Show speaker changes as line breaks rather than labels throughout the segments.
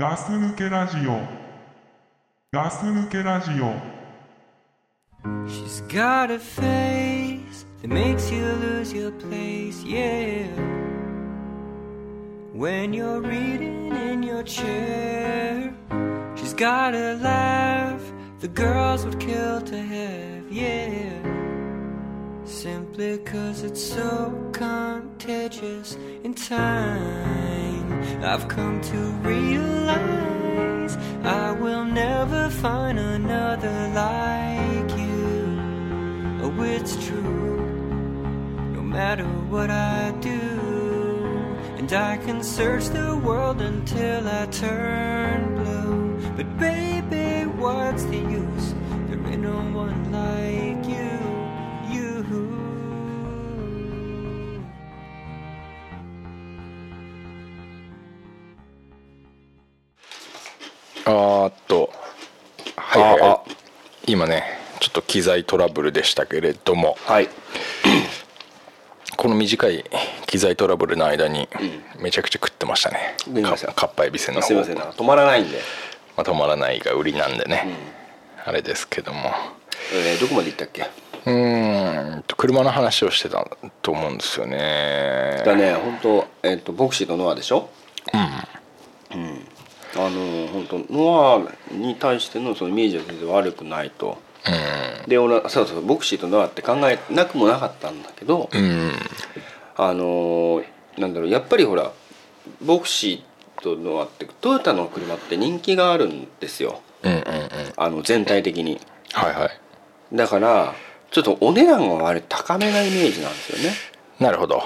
ガス抜けラジオガス抜けラジオ
She's got a face that makes you lose your place, yeah. When you're reading in your chair, she's got a laugh the girls would kill to have, yeah. Simply cause it's so contagious in time. I've come to realize I will never find another like you. Oh, it's true. No matter what I do, and I can search the world until I turn blue. But baby, what's the use? There ain't no one like you. You.
あーっとはいはい、
あ
はい、今ねちょっと機材トラブルでしたけれども
はい
この短い機材トラブルの間にめちゃくちゃ食ってましたね、
食いました
かかっぱえびせんの
す
方
いませんな止まらないんで、
まあ止まらないが売りなんでね、あれですけども
えーどこまで行ったっけ
うーんと車の話をしてたと思うんですよね
だね本当えっ、とボクシーのノアでしょうん、あのー本当ノアに対してのそのイメージは全然悪くないと、で俺はそうそうボクシーとノアって考えなくもなかったんだけど、
うん
あのーなんだろうやっぱりほらボクシーとノアってトヨタの車って人気があるんですよ
うんうんうん
あの全体的に
はいはい
だからちょっとお値段が割と高めなイメージなんですよね
なるほど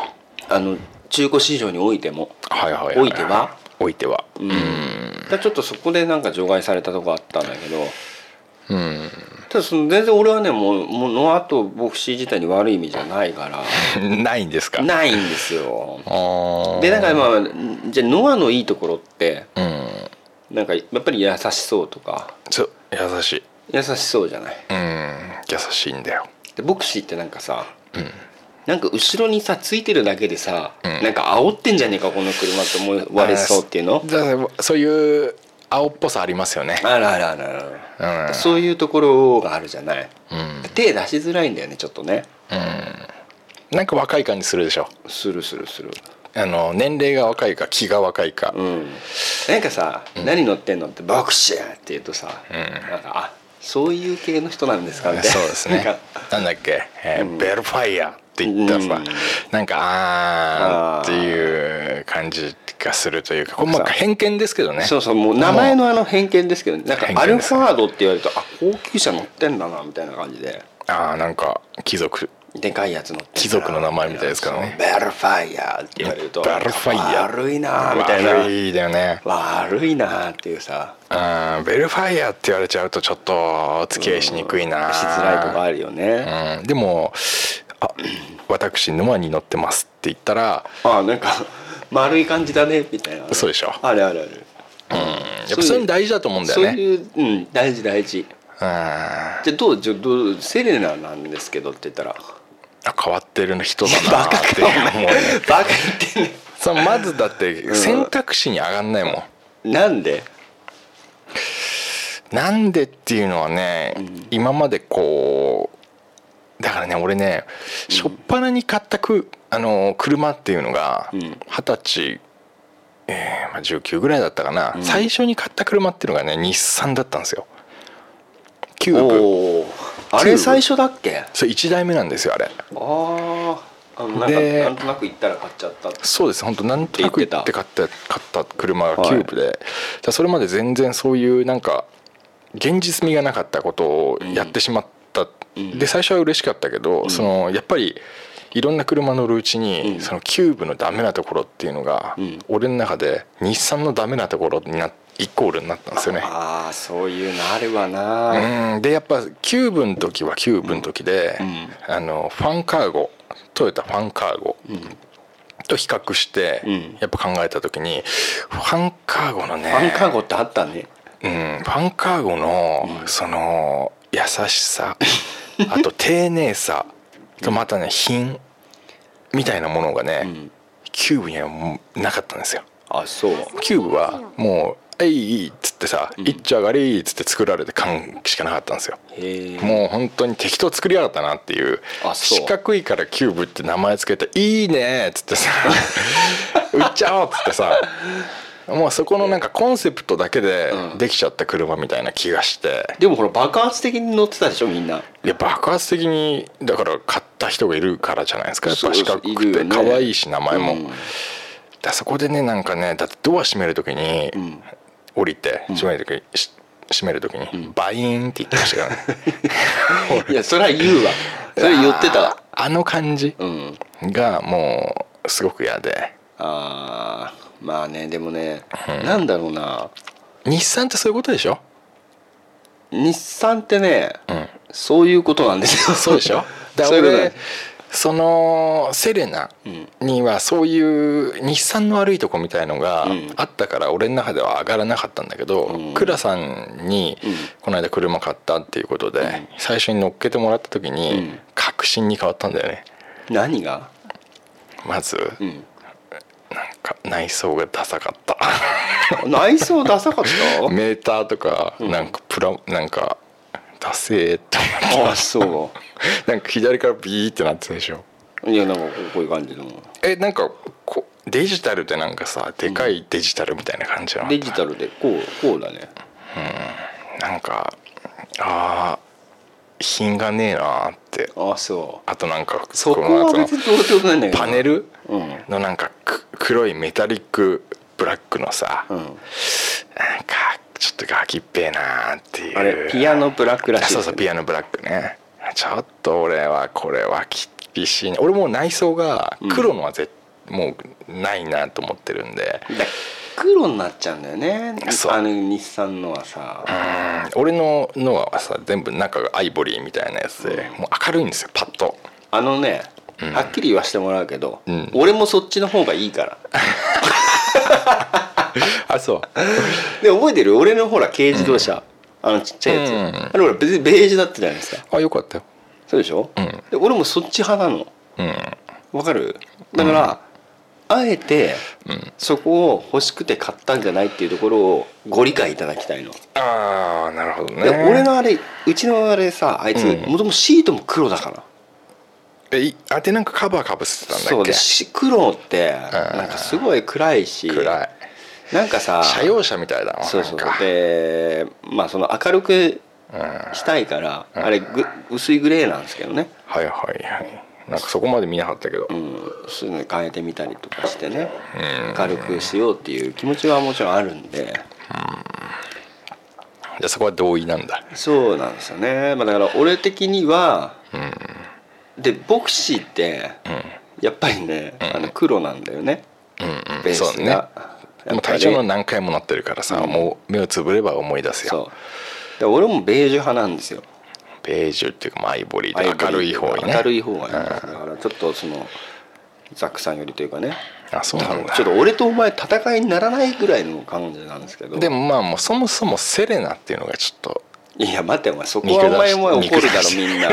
あの中古市場においても
はいはいはい、
おいては
おいては
うんだからちょっとそこでなんか除外されたとこあったんだけど
うん
ただその全然俺はねもうもうノアとボクシー自体に悪い意味じゃないから
ないんですか
ないんですよ
あー
でなんかまあじゃあノアのいいところって
うん
なんかやっぱり優しそうとか
そう優しい
優しそうじゃない
うん優しいんだよ
でボクシーってなんかさ、なんか後ろにさついてるだけでさ、なんか煽ってんじゃねえかこの車って思われそうっていうの
だからそういう青っぽさありますよね
あらあらあらあら
うん
そういうところがあるじゃない、
ん
手出しづらいんだよねちょっとね
なんか若い感じするでしょ
するするする
あの年齢が若いか気が若いか、
うんなんかさ「何乗ってんの?」って「ボクシー!」って言うとさ、なんか「あそういう系の人なんですか」みたいな
そうです
なん
ね
か
なんだっけ、えーベルファイアって言ったらさ、
うん
なんかあー
あー
っていう感じがするというかこれまあ
そう
偏見ですけどね
そうそうもう名前のあの偏見ですけど、なんか
偏
ア
見
ル
です
フ
ね
ァードって言われるとあ高級車乗ってんだなみたいな感じで
ああなんか貴族
でかいやつ乗ってんだな
貴族の名前みたいですからね
そうベルファイアって言われると
ベルファイア
悪いなみたい
悪
ない
だよね
悪いなっていうさ
うんベルファイアって言われちゃうとちょっとお付き合いしにくいな、
しづらいとこあるよね、
うん、でも「あ私沼に乗ってます」って言ったら
あなんか 丸い感じだねみたいな
そうでしょ
あるあるある
やっぱそういうの大事だと思うんだよ
そう
ね。
いううん大事大事
うんあ
じゃあどうじゃあどうセレナなんですけどって言ったら
変わってる人だなーって思うね。
バカ言って
さまずだって選択肢に上がんないもん。
んねなんで
なんでっていうのはね、今までこうだからね俺ね初っ端に買ったくあの車っていうのが
ん
二十歳、えーまあ、19ぐらいだったかな、最初に買った車っていうのがね日産だったんですよ。キューブ
おおあれ最初だっけあ
それ1台目なんですよあれ
あーあのなんか
で
なんとなく行ったら買っちゃったって
そうです本当なんとなく
言っ
行
てた
って買った買った車が
はい
キューブで、だからそれまで全然そういうなんか現実味がなかったことをやってしまった、で最初は嬉しかったけど、そのやっぱりいろんな車乗るうちに、そのキューブのダメなところっていうのが、俺の中で日産のダメなところになイコールになったんですよね。
ああそういうのあるわな
うんでやっぱキューブの時はキューブの時で、あのファンカーゴトヨタファンカーゴ、と比較して、
ん
やっぱ考えた時にファンカーゴのね
アンカーゴってあったね
うん、ファンカーゴの、その優しさ あと丁寧さとまたね品みたいなものがね、キューブにはもうなかったんですよ。
あそう
キューブはもう「えいいい」っつってさ「一丁上がり」っつって作られて感しかなかったんですよ
へえ
もう本当に適当作りやがったなっていう
あそう
四角いからキューブって名前つけて「いいね」っつって さ「売っちゃおう」っつってさもうそこのなんかコンセプトだけで
うん
できちゃった車みたいな気がして
でもほら爆発的に乗ってたでしょみんない
や爆発的にだから買った人がいるからじゃないですかやっぱ四角
そうい
く
る
て
よね
可愛いし名前も、
うん
だからそこでねなんかねだってドア閉める時に
ん
降りて閉める時に、し閉める時に、バイーンって言ってましたからね
いやそれは言うわそれ 言ってたわ
ああの感じ
うん
がもうすごく嫌で
あーまあねでもね、なんだろうな
日産ってそういうことでしょ
日産ってね、
ん
そういうことなんですよ
そうでし ょだか
そう
ら
いうことなん
俺
です
そのセレナにはそういう日産の悪いとこみたいのが
うん
あったから俺の中では上がらなかったんだけど、
ん
クラさんにこの間車買ったっていうことで、最初に乗っけてもらった時
う
に
ん
確信に変わったんだよね
何が、
まず
うん、
なんか内装がダサかった
内装ダサかっ
メーターとかなんかプラなんかダセーって思った
たあそ
なんか左からビーってなってたでしょ
ういやなんかこういう感じの
えなんかこうデジタルってなんかさでかいデジタルみたいな感じなの、
デジタルでこうこうだね
なんかあー品がねえなーって
あそ
あとなんか
うそこ
の
は
後の
別にどうってことないんだけど
パネル
うん
のなんかく黒いメタリックブラックのさ、
う
なん
ん
かちょっとガキっぺえなーっていう
あれピアノブラックらしい
あそうそうピアノブラックねちょっと俺はこれは厳しいね俺もう内装が黒のは絶、もうないなと思ってるんで
だ黒になっちゃうんだよね
そう
あの日産のはさ
俺ののはさ全部中がアイボリーみたいなやつでもう明るいんですよパッと
あのねはっきり言わせてもらうけど、
ん
俺もそっちの方がいいから
あそう
で覚えてる俺のほら軽自動車、あのちっちゃいやつ、
うん
あれほら別にベージュだったじゃないですか
あよかったよ
そうでしょ、
ん
で俺もそっち派なの
うん
わかるだから、あえてそこを欲しくて買ったんじゃないっていうところをご理解いただきたいの、
ああなるほどね
で俺のあれうちのあれさあいつ
うん
もともとシートも黒だから
えいあてなんかカバーかぶせてたんだ
そう
っけ
でし黒って
ん
なんかすごい暗いし
暗い
なんかさ
車用車みたいだな
そうそう
なんか
でまあその明るく
うんは
したいから、あれぐ薄いグレーなんですけどね、
いはいはいなんかそこまで見なかったけど、
うん、そういうの変えてみたりとかしてね、明るくしようっていう気持ちはもちろんあるんで
じゃあそこは同意なんだ
そうなんですよね、まあ、だから俺的には、でボクシーって、やっぱりね、あの黒なんだよね、
うんう
ベ
ん
ース
そうね
が。
でも
やっぱり
体調の何回もなってるからさ、
うん
もう目をつぶれば思い出すよ
そうで俺もベージュ派なんですよ
ベージュっていうかまあアイボリーで明るい方にね
明るい方がいいですだからちょっとそのザックさんよりというかね
あそうなんだ
ちょっと俺とお前戦いにならないぐらいの感じなんですけど
でもまあもうそもそもセレナっていうのがちょっと
いや待ってお前そこはお前も怒るだろみんな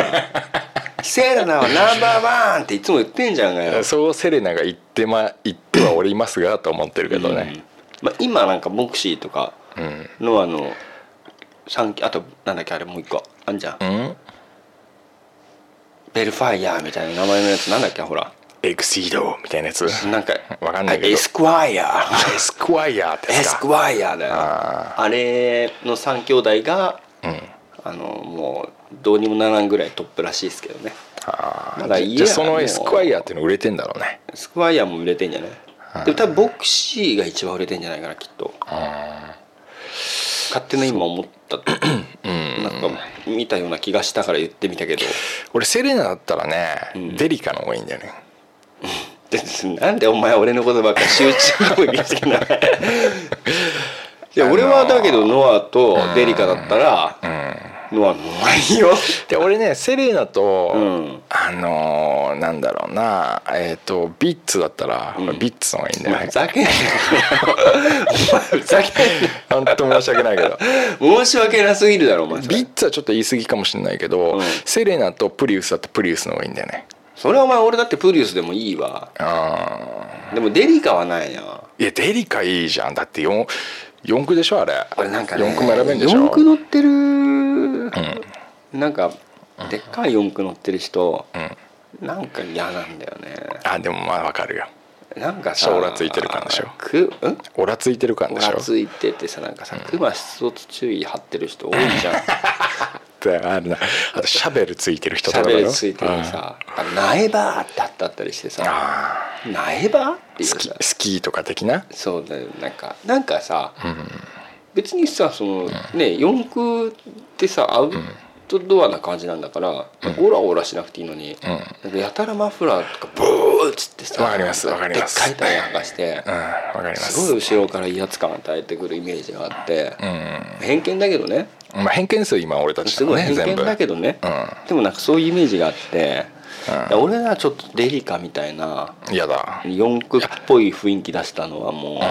セーラナはナンバーワンっていつも言ってんじゃんがよ、
そうセレナが言って,、ま、言ってはおりますがと思ってるけど
うん
ね、
まあ、今なんかボクシーとか
うん
のあの三あとなんだっけあれもう一個あんじゃん、
うん、
ベルファイヤーみたいな名前のやつなんだっけほら
エクシードみたいなやつ
なんか
わかんないけど
あエスクワイヤー
エスクワイヤーで
エ
す
スク
か
ワイヤーだよ
あ
あれの3兄弟が、あのもうどうにもならんぐらいトップらしいですけどね
あ
まだ
ー
家
じゃあ
は
そ
も
の
う
エスクワイヤーっていうの売れてんだろうね
エスクワイヤーも売れてんじゃないでも多分ボクシーが一番売れてんじゃないかなきっと勝手な今思っ たなんか見たような気がしたから言ってみたけど
俺セレナだったらね、デリカの方がいいんだよね
でなんでお前俺のことばっかり集中攻撃してきない いや俺はだけどノアとデリカだったら、ノアの方がいいよ
で俺ねセレナと、
うん
あのーなんだろうなえっ、とビッツだったら、ビッツの方がいいん
お
だよね
前ふざけんなよお前ふざけんなよ
本当申し訳 ないけど
申し訳なすぎるだろお前それ
ビッツはちょっと言い過ぎかもしれないけど、
うん
セレナとプリウスだとプリウスの方がいいんだよね
それはお前俺だってプリウスでもいいわ
あ
でもデリカはないな
ーいやデリカいいじゃんだってよ四駆でしょあれ
あれなんかね
四駆も選べんでしょ
四駆乗ってる、なんかでっかい四駆乗ってる人、なんか嫌なんだよね
あでもまあわかるよ
なんか
シャ
さ
オラついてる感でしょ
くうん
オラついてる感
オ
でし
ラ
ょ
ついててさなんかさクマ出没注意貼ってる人多いじゃん
ってあるなあとシャベルついてる人
シ
とか
ャ
だろ
ベルついてるさ「苗場」って貼ってあったりしてさ
あ
「苗場?」っていう
ースキ
さ
スキーとか的な
そうだよなんかなんかさ、別にさその、ね四駆ってさアウトドアな感じなんだから、オラオラしなくていいのに、なんかやたらマフラーとかブーッつってさ
わかりますわかります
でっかいタイヤがして、
うんわかります
すごい後ろから威圧感を与えてくるイメージがあって、
うん
偏見だけどね
まあ偏見数今俺たち
す
だも
ご
ん
い
ね
偏
全
見
部
だけどね、
う
でもなんかそういうイメージがあって、俺らちょっとデリカみたいな
嫌だ
四駆っぽい雰囲気出したのはもう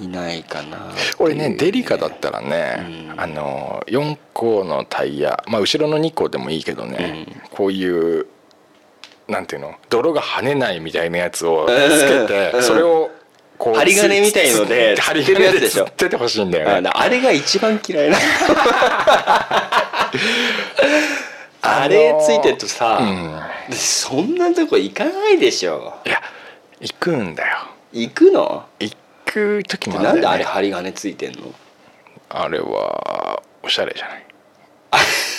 いないかなっていう
俺ねデリカだったらね、あの4個のタイヤまあ後ろの2個でもいいけどね、こういうなんていうの泥が跳ねないみたいなやつをつけて、それをこう
針金みたいので
つつ
釣
針
ってるや
金で
つでし
釣
ょ
っててほしいんだ
あ
よね
のあれが一番 嫌いなあれついてるとさ、そんなとこ行かないでしょ
いや行くんだよ
行くの
行く時もあ
な
る
ん
ん
で
だ
あ
よ、
れ
ね、
針金ついてんの
あれはおしゃれじゃない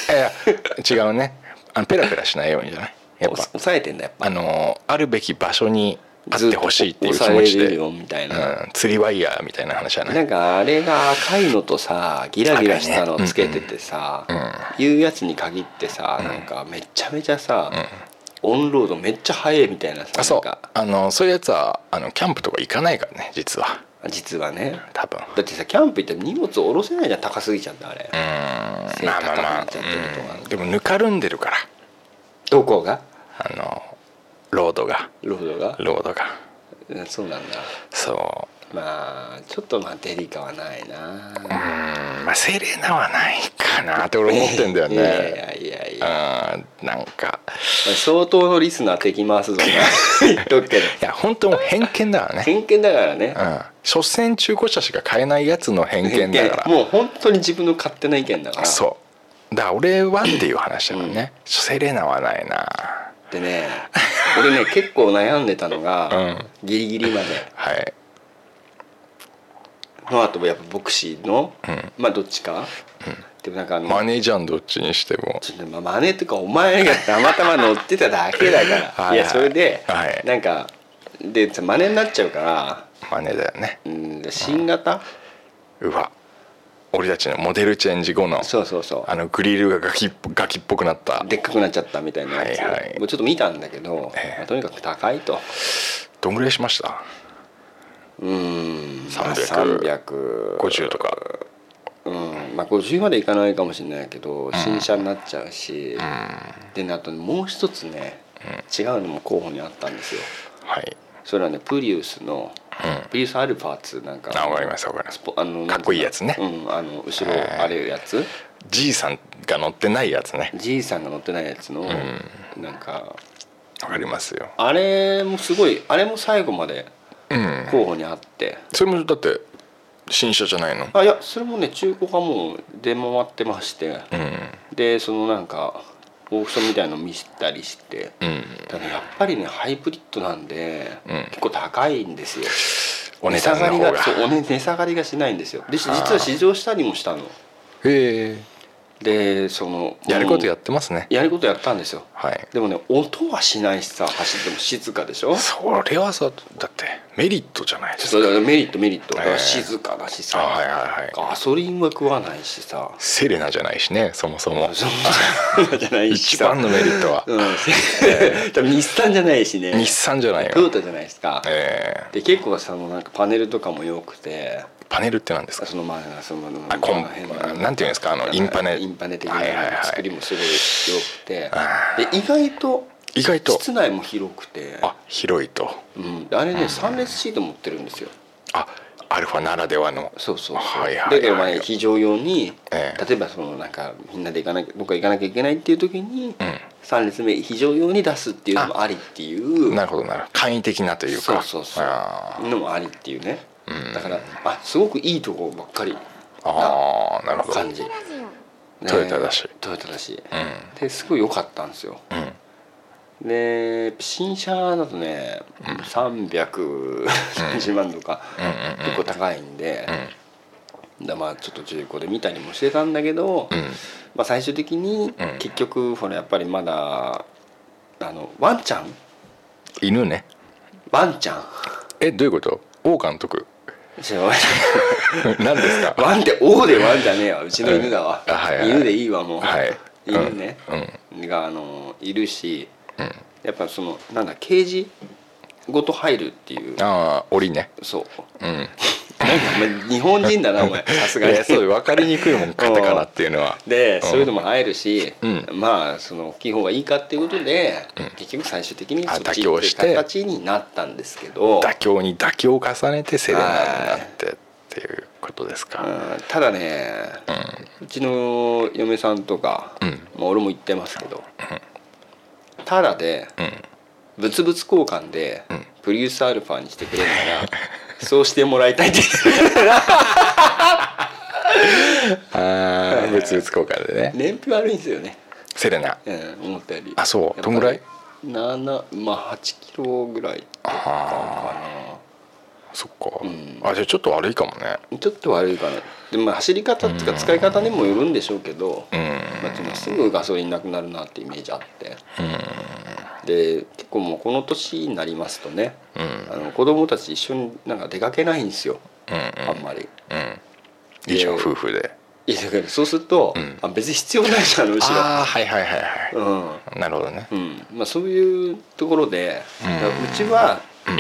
いや違うねあのペラペラしないようにじゃないやっ
お
ぱ
抑えてんだやっぱ
あのあるべき場所にあってほしいっていう気持
ず
ち
っと押され
で
るよみたいな、
うん、釣りワイヤーみたいな話じゃない
なんかあれが赤いのとさギラギラしたのつけててさ、いうやつに限ってさ、なんかめちゃめちゃさ、オンロードめっちゃ速いみたいなさ
あそう
なんか
あのそういうやつはあのキャンプとか行かないからね実は
実はね
多分
だってさキャンプ行ったら荷物下ろせないじゃん高すぎちゃってあれ、背
まあま
高く
あま
な
あ
っちゃってるとか、
うんでもぬかるんでるから
どこが
あのロードが
ロードが
ロードが
うんそうなんだ
そ
まあちょっとまあデリカはないな、
う、うんまあセレナはないかなって俺思ってんだよ
いやい
ね
やいやいや
うんなんか
相当のリスナー敵回 すぞな言っとくけど
いや本当偏見だからね
偏見だからね
うん所詮中古車しか買えないやつの偏見だから
もう本当に自分の勝手な意見だから
そうだから俺はっていう話だもんね、セレナはないな
でね俺 ね結構悩んでたのが、
うん
ギリギリまで
はい
のあとやっぱボクシーの、まあどっちか、でもなんかあの、
マネージャーどっちにしても
ちょっとねまあ真似とかお前がたまたま乗ってただけだから
はいはい
いやそれで、
はい
なんかで真似になっちゃうから
マネーだよね
うんで新型、
うわ俺たちのモデルチェンジ後の
そうそうそう
あのグリルがガキっぽガキっぽくなった
でっかくなっちゃったみたいなやつ、
はいはい
もうちょっと見たんだけど、
ええ
まあとにかく高いと
どんぐらいしました
うーん
300 50とか
うんまあ、50までいかないかもしれないけど新車になっちゃうし、でねあともう一つね、違うのも候補にあったんですよ
はい
それはねプリウスの、プリウスアルファ2なんか
あわかりますわかります
スポあの
かっこいいやつね
うん、あの後ろあれやつ
じいさんが乗ってないやつね
じいさんが乗ってないやつの、なんか
わかりますよ
あれもすごいあれも最後まで
うん
候補にあって、
それもだって新車じゃないの
あいやそれもね中古がもう出回ってまして、でそのなんかオークションみたいの見せたりして、
ん
ただやっぱりねハイブリッドなんで、結構高いんですよ
お値段の方
値下がり
が
がそうお値値下がりがしないんですよで実は試乗したりもしたの
へえ
でその
やることやってますね
やることやったんですよ
はい
でもね音はしないしさ走っても静かでしょ
それはさだってメリットじゃないです
そ
か
うだからメリットメリットだか
ええ
ら静かだしさ、
あはいはいはい
ガソリンは食わない しさ
セレナじゃないしねそもそも
そうじゃないし
一
さ
番のメリットは
うん、 多分日産じゃないしね
日産じゃない
トヨ
よ
タじゃないですか、
ええ
で結構そのなんかパネルとかも良くて
パネルって何ですか
そのまあその
あコン
変
なんていうんですかあのインパネ
インパネ的
はいはいは
ない作りもすごい良くて、
あ
で意外と
意外と
室内も広くて
あ広いと
うん、であれね3列シート持ってるんですよ
あアルファならではの
そうそうそう、
はいはいはい
だけどまあ非常用に、
ええ
例えばそのなんかみんなで行かなきゃ僕が行かなきゃいけないっていう時に、
ん
三3列目非常用に出すっていうのもありっていう
なるほどなる簡易的なというか
そうそうそう
あ
のもありっていうね、だからあすごくいいとこばっかり
ああなるほど
感じ、ね
トヨタだし
トヨタだし
うん
ですごい良かったんですよ
うん
で新車だとね330万とか
うん
結構高いんで
うん、
だまあちょっと中古で見たりもしてたんだけど、
うんうん
まあ、最終的に
うん
結局ほらやっぱりまだあのワンちゃん
犬ね
ワン ちゃん
えどういうこと王監 督
違うワンち
何ですか
ゃんワンって「王でワンじゃねえわうちの犬だわ、
うんあはいはい
犬でいいわもう、
はい
犬ね、
うん
があのいるし
うん
やっぱそのなんだケージごと入るっていう
ああ檻ね
そう
うん
なんかお前日本人だなお前さす が
い
に
やそう分かりにくいもんカタカナっていうのは
で、
うん
そういうのも入るし、
う
まあその大きい方がいいかっていうことで、結局最終的に
あ
そっち
妥協して
って形になったんですけど、
妥協に妥協を重ねてセレナになってっていうことです
う
か
んただね、うちの嫁さんとか、
うん
まあ、俺も言ってますけど、ただで
うん
物々交換で、
ん
プリウスアルファにしてくれるならそうしてもらい たいって
ああ物々交換でね
燃費悪いんですよね、
セレナ
うん、思ったより
あそうどんぐらい
7まあ8キロぐらい
ああ
か
そっか、
うん
あじゃあちょっと悪いかもね
なちょっと悪いかなでもまあ走り方っていうか使い方にもよるんでしょうけど、
うん
まあ、そのすぐガソリンなくなるなってイメージあってで結構もうこの年になりますとね
うん
あの子供たち一緒になんか出かけないんですよ
うん
あんまり。
うんいいじゃん
で
夫婦で
いやだからそうすると、
ん
あ別に必要ないじゃんむしろ。
ああはいはいはいはい、
うん
なるほどね
うんまあ、そういうところで、
う
うんちは、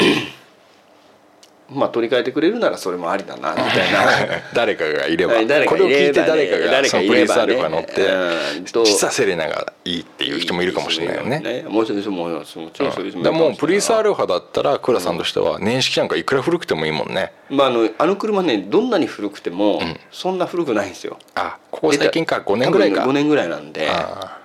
まあ取り替えてくれるならそれもありだなみたいな
誰かがいれば
はい 誰
こ
か
れを
い
聞
れ
いて
ば
誰
ね
かが
誰
そ
か
の
い
プリ
れ
ウスア
ばね
ルファ乗って、
うんと
実はセレナがいいっていう人もいるかもしれないよね
いい人もいるよねもちろんそうもちろんそういう人
うんで
もいるかしれない
もうプリウスアルファだったらクラさんとしては年式なんかいくら古くてもいいもんね
まあ、あのあの車ねどんなに古くても、
ん
そんな古くないんですよ
あここ最近か5年ぐらいか
5年ぐらいなんで
あ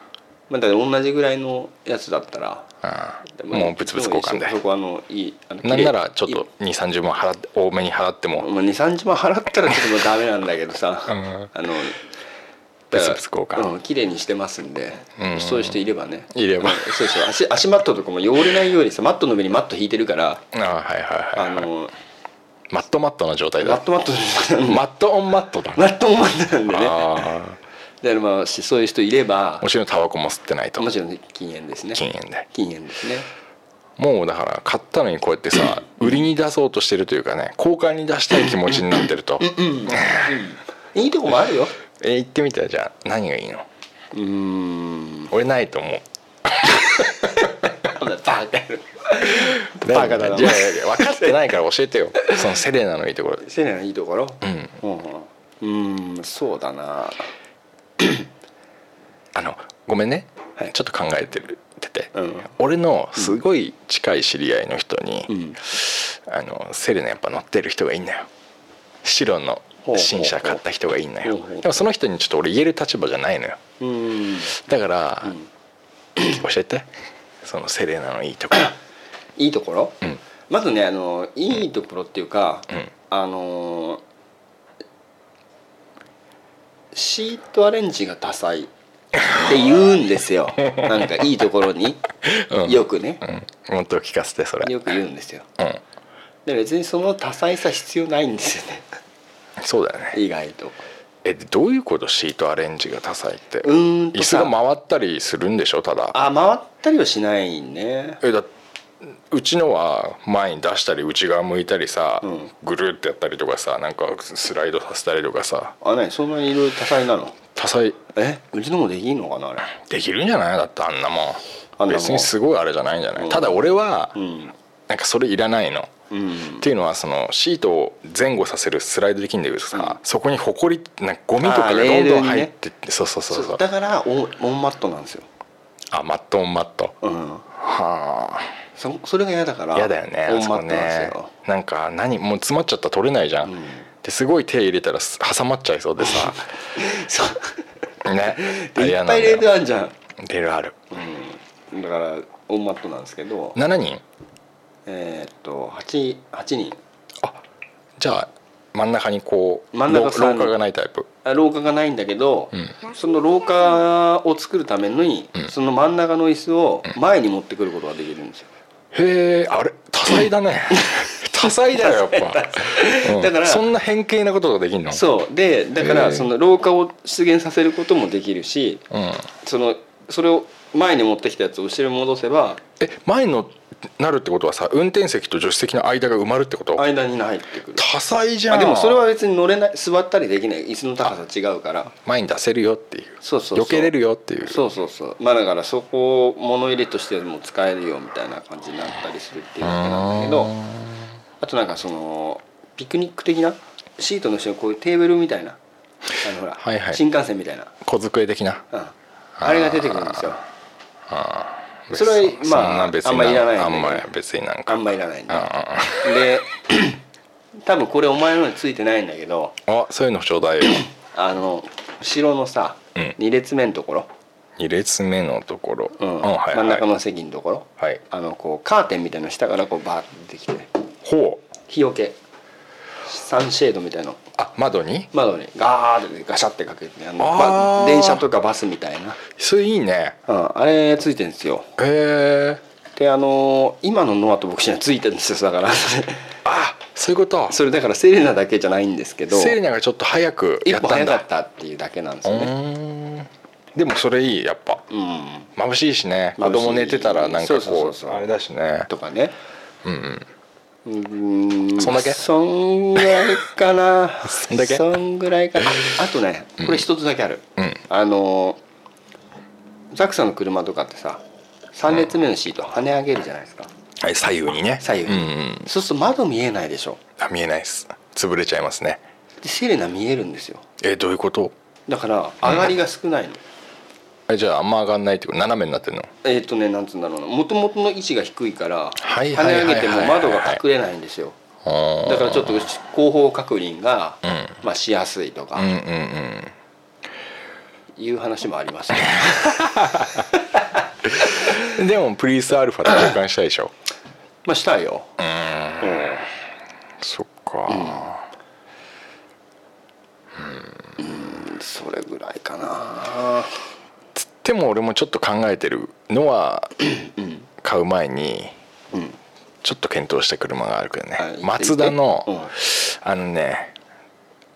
まあ、だから同じぐらいのやつだったら
ーあー
まあ
もう物々交換
そ
で
こあのいいあの
なんならちょっ
いい
と2 3 0万払って多めに払っても
まあ、23万払ったらちょっともうダメなんだけど さ、
うん
あの
ブツブツ交換
うん綺麗にしてますんで、
うん
そういう人いればね
いれば
うんそうそう足 足マットとかも汚れないようにさマットの上にマット引いてるから
あーはいは
あ
いはい
の
マットマットの状態
マ
だ
ットマット
マットオンマットだ
マットもマットなんでね
あ
だからまあしそういう人いれば
あもちろんタバコも吸ってないと
もちろんね禁煙ですね
禁煙で
禁煙ですね
もうだから買ったのにこうやってさ売りに出そうとしてるというかね交換に出したい気持ちになってると
いいとこもあるよ
え行ってみたらじゃあ何がいいの
うーん
俺ないと思う
なんだバカる
バ
バ
カ
カ
だ
だ
な
な
じゃあ分かってないから教えてよそのセレナのいいところ
セレナのいいところ
うん
うんうんうんそうだな
あのごめんね、
はい
ちょっと考えてるてて、
うん
俺のすごい近い知り合いの人に、
うん
あのセレナやっぱ乗ってる人がいいんだよ白の新車買った人がいいんだよ
ほうほうほう
でもその人にちょっと俺言える立場じゃないのよ
うん
だから、
うん
教えてそのセレナのいいところ
いいところ、
うん
まずねあのいいところっていうか、
うん
あのシートアレンジが多彩って言うんですよ なんかいいところに、
うん
よくね、
うんもっと聞かせてそれ
よく言うんですよ
うん
で別にその多彩さ必要ないんです よね
そうだよね
意外と
えどういうことシートアレンジが多彩って
うーんと
椅子が
さ
回ったりするんでしょただ
あ回ったりはしないね
えだうちのは前に出したり内側向いたりさ、
うん
ぐるってやったりとかさなんかスライドさせたりとかさ
あねそんなにいろいろ多彩なの
多彩
えうちのもできんのかなあれ
できるんじゃないだってあんなもん
あんなもん
別にすごいあれじゃないんじゃない、
うん
ただ俺は、
うん
なんかそれいらないの、
うん
っていうのはそのシートを前後させるスライドできるんだけどさ、そこにほこりなんかゴミとかが
あー
ど
レ
ん
ール
ど
にね
ん入ってって、そうそうそうそう
だからオンオンマットなんですよ
あマットオンマット
うん
は
そそれが嫌だから
あ嫌だよね
オ
あ
ン
そ
マ
こ
ットなんです
ね
よ
なんか何もう詰まっちゃったら取れないじゃん、
ん
ですごい手入れたらす挟まっちゃいそうでさ ね
で い
嫌
っ
な
ぱ
ん
い
だ
レ
よ
ールあんじゃん、
レールある
うん、だからオンマットなんですけど
7人
えーっと 8, 8人
あじゃあ真ん中にこう
真ん中
ろ
さん
廊下がないタイプ
あ廊下がないんだけど、
ん
その廊下を作るために、その真ん中の椅子を前に持ってくることができるんですよ、
へえあれ多彩だ ね多彩だよやっぱ、うん
だから
そんな変形なことができんのう、
そうでだか
へ
ら
え
その廊下を出現させることもできるし
ん、
そのそれを前に持ってきたやつを後ろに戻せば
え前のなるってことはさ運転席と助手席の間が埋まるってこと
間に入ってくる
多彩じゃん
あでもそれは別に乗れない座ったりできない椅子の高さ違うから
前に出せるよっていう
そうそうそう
避けれるよっていう
そうそうそうまあだからそこを物入れとしても使えるよみたいな感じになったりするっていうわけなんだけどあとなんかそのピクニック的なシートの下にこういうテーブルみたいなあのほら、
はいはい
新幹線みたいな、
小机的な
うん、あれが出てくるんですよそれは
別に
ま
そ
あ
んな別に
あんまいらないんだ
あ
けど
んま別になん
あ
か
んまいらないんだ
あ
で 多分これお前のについてないんだけど
あそういうのちょうだいよ
あの後ろのさ、
うん
二2列目のところ、
2列目のところ、
うん
はい
真ん中
は
の席のところ、
はい
あのこうカーテンみたいなの下からこうバーって出てきて
いほう
日よけサンシェードみたいの
あ窓に
窓にガーってガシャってかけてあの
あー
ば電車とかバスみたいな、
それいいね
うん、あれついてるんですよ
へえ
であのー今のノアと僕にはついてるんですよだから
あそういうこと
それだからセレナだけじゃないんですけど
セリナがちょっと早く
一
やっ
歩
た
早
ん
か
だ
ったっていうだけなんです
う
よね
ーんでもそれいいやっぱ
うん
眩しいしね子
眩しい
供寝てたらなん
そ
か
うそうそ
こ
うそう
うあれだしね
とかねうんうん
そんだけ
そんぐらいか なそ
んだけ
んぐらいかなあとねこれ一つだけある、
うん
あのザクさんの車とかってさ3列目のシート跳ね上げるじゃないですか、
はい左右にね
左右
うんうん
そうすると窓見えないでしょ
あ見えないです潰れちゃいますね
でセレナ見えるんですよ
えどういうこと
だから上がりが少ないの、
えじゃああんま上がんないってこと斜めになってんの
えっ、とねなんつうんだろうなもともとの位置が低いから跳
はい
ね
はいはい
上
はい
げても窓が隠れないんですよ
あー
だからちょっと後方確認が、
ん
まあ、しやすいと
うんう
か
んうん
いう話もありました、
でもプリースアルファと交換したいでしょ
まあしたいよ、うん
そっか、
それぐらいかな
つっても俺もちょっと考えてるのは買う前に
うん
ちょっと検討した車があるけどね
あ言って
マツダの、
言って
あのね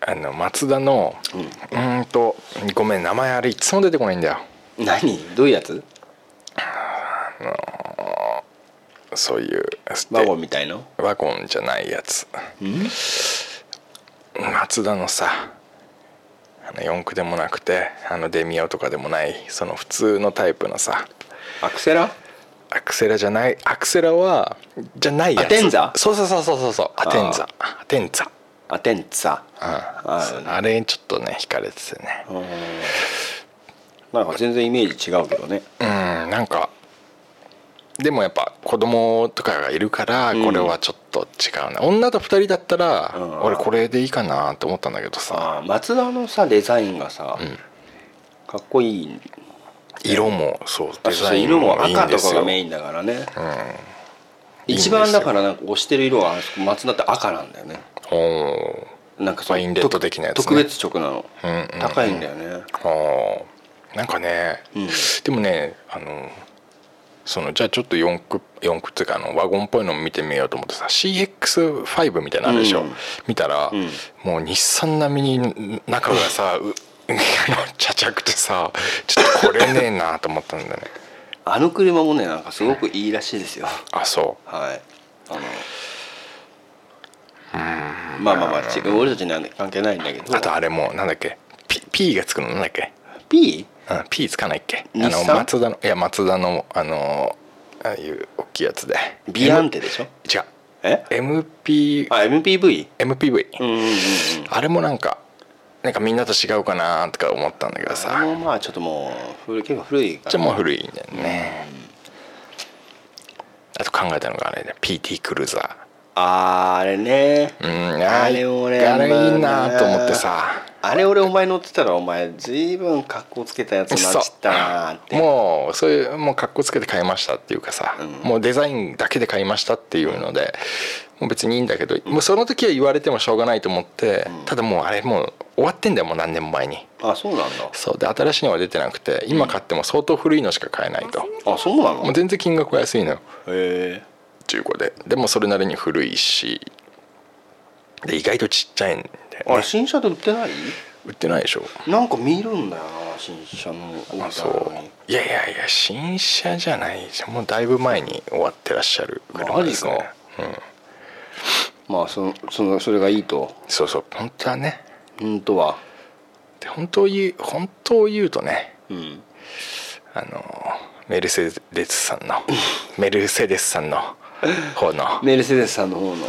あのマツダの
うん
うーんとごめん名前あれいつも出てこないんだよ
何どういうやつ
そういう
ワゴンみたいの
ワゴンじゃないやつマツダのさあの四駆でもなくてあのデミオとかでもないその普通のタイプのさ
アクセラ
アクセラじゃないアクセラはじゃないやつ
アテンザ
そうそうそうそうそうそうアテンザアテンザ
アテンツァ
うんあれちょっとね惹かれててね
なんか全然イメージ違うけどね
うんなんかでもやっぱ子供とかがいるから
うん
これはちょっと違うな、女と2人だったら
うん
俺これでいいかなと思ったんだけどさ
ああ松田のさデザインがさ、かっこいい
色もそう
あ
デ
そうそ
ザ
う
イン
色も
もいいん
赤
で
と
す
か
よ
がメインだからね、
いいんです
一
よ
番だからなんか推してる色はあそこ松田って赤なんだよね
お
なんかそ
まあインレット的なやつね
特別色なの、
うんうんうん
高いんだよね
ーおーなんかね、
うん
でもねあのそのじゃあちょっと四駆四駆っていうかあのワゴンっぽいのも見てみようと思ってさ CX5 みたいなのあるでしょ、
うん
見たら、
ん
もう日産並みに中がさうあのちゃちゃくてさちょっとこれねえなと思ったんだよね
あの車もねなんかすごくいいらしいですよ、
あそう
はいあのまあまあまあ違う俺たちには関係ないんだけど
あとあれもなんだっけ P, P がつくのなんだっけ
P?
うん P つかないっけあ
日
の
産
松田のいや松田のあのああいう大きいやつで
ビアン
M-
テでしょ
違う
え
MP
あ MPV?
MPV
うんうんうんうん
あれもなんかなんかみんなと違うかなとか思ったんだけど
あれも
さ
まあちょっともう古い結構古いから
じゃあもう古いんだよねあと考えたのがあれね PT クルーザ
あーあれね
ーうんあ
あ
あ
れ
れ
俺
あれいいなと思ってさ
あれ俺お前乗ってたらお前随分格好つけたやつになっちったなーって
もうそういうもう格好つけて買いましたっていうかさ、もうデザインだけで買いましたっていうのでもう別にいいんだけど、もうその時は言われてもしょうがないと思って、ただもうあれもう終わってんだよもう何年も前に
あそうなんだ
そうで新しいのは出てなくて今買っても相当古いのしか買えないと、
あそうな
も
の
う全然金額は安いのよ
へ
中古ででもそれなりに古いしで意外とちっちゃいんで、
えあれ新車で売ってない
売ってないでしょ
なんか見るんだよな新車の置いてあるのに
そういやいやいや新車じゃないじゃんもうだいぶ前に終わってらっしゃる車ですね
マジかまあそのそのそれがいいと
そうそう本当はね
本当は
で本当を言う本当を言うとね
うん
あのメルセデスさんのメルセデスさんの方のあ
メルセデスさんの方の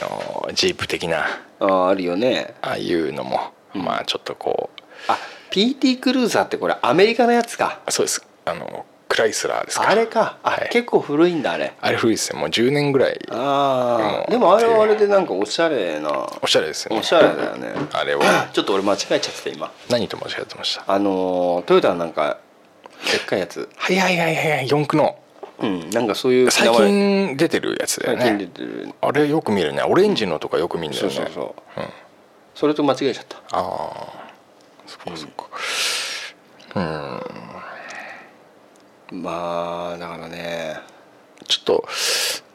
のジープ的な
ああるよね
ああいうのも、まあちょっとこ
あ PT クルーザーってこれアメリカのやつか
うそうですあのクライスラーですか
あれかあ、
はい
結構古いんだあれ
あれ古いですよもう10年ぐらい
あ
う
あ
ん
でもあれはあれでなんかおしゃれな
おしゃれですよね
おしゃれだ よね
あれは
ちょっと俺間違えちゃってた今
何と間違えてました
あのートヨタのなんかでっかいやつ
はいはいはいはいはい四駆の
うんなんかそういう
最
名前
近出てるやつだよ
最近出
ね
てる
あれよく見るねオレンジのとかよく見るんだ
そ
よ
う
ね
そうそう、
うん
それと間違えちゃった
ああそっかそっかうん
まあだからね
ちょっと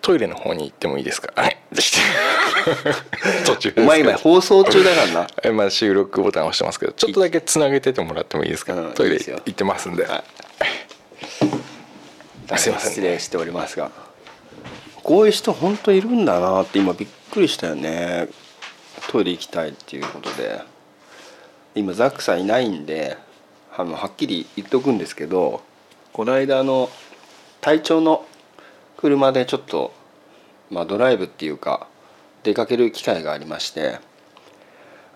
トイレの方に行ってもいいですか あれ途中ですけ
お
ど
前今放送中だからな
えまあ収録ボタン押してますけどちょっとだけつなげててもらってもいいですか、
うん
トイ
いい
レ
ですよ
行ってますんで、
はい
すいません
失礼しておりますがこういう人本当いるんだなって今びっくりしたよねトイレ行きたいっていうことで今ザックさんいないんであのはっきり言っとくんですけどこの間あの隊長の車でちょっと、まあ、ドライブっていうか出かける機会がありまして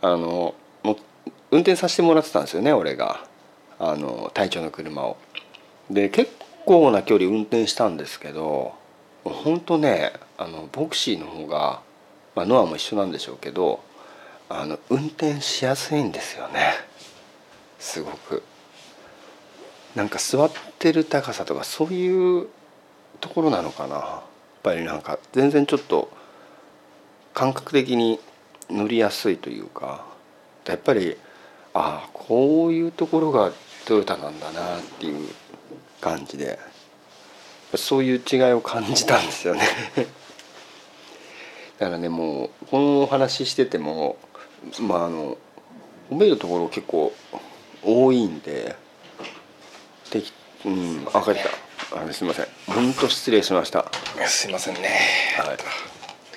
あのもう運転させてもらってたんですよね俺があの隊長の車を。で結構な距離運転したんですけど本当ねあのボクシーの方が、まあ、ノアも一緒なんでしょうけどあの運転しやすいんですよねすごくなんか座ってる高さとかそういうところなのかなやっぱりなんか全然ちょっと感覚的に乗りやすいというかやっぱりああこういうところがトヨタなんだなっていう感じでそういう違いを感じたんですよね だからねもうこのお話ししててもまああの褒めるところ結構多いんでできうん分かったあのすいません本当失礼しました
すいませんね、
はい、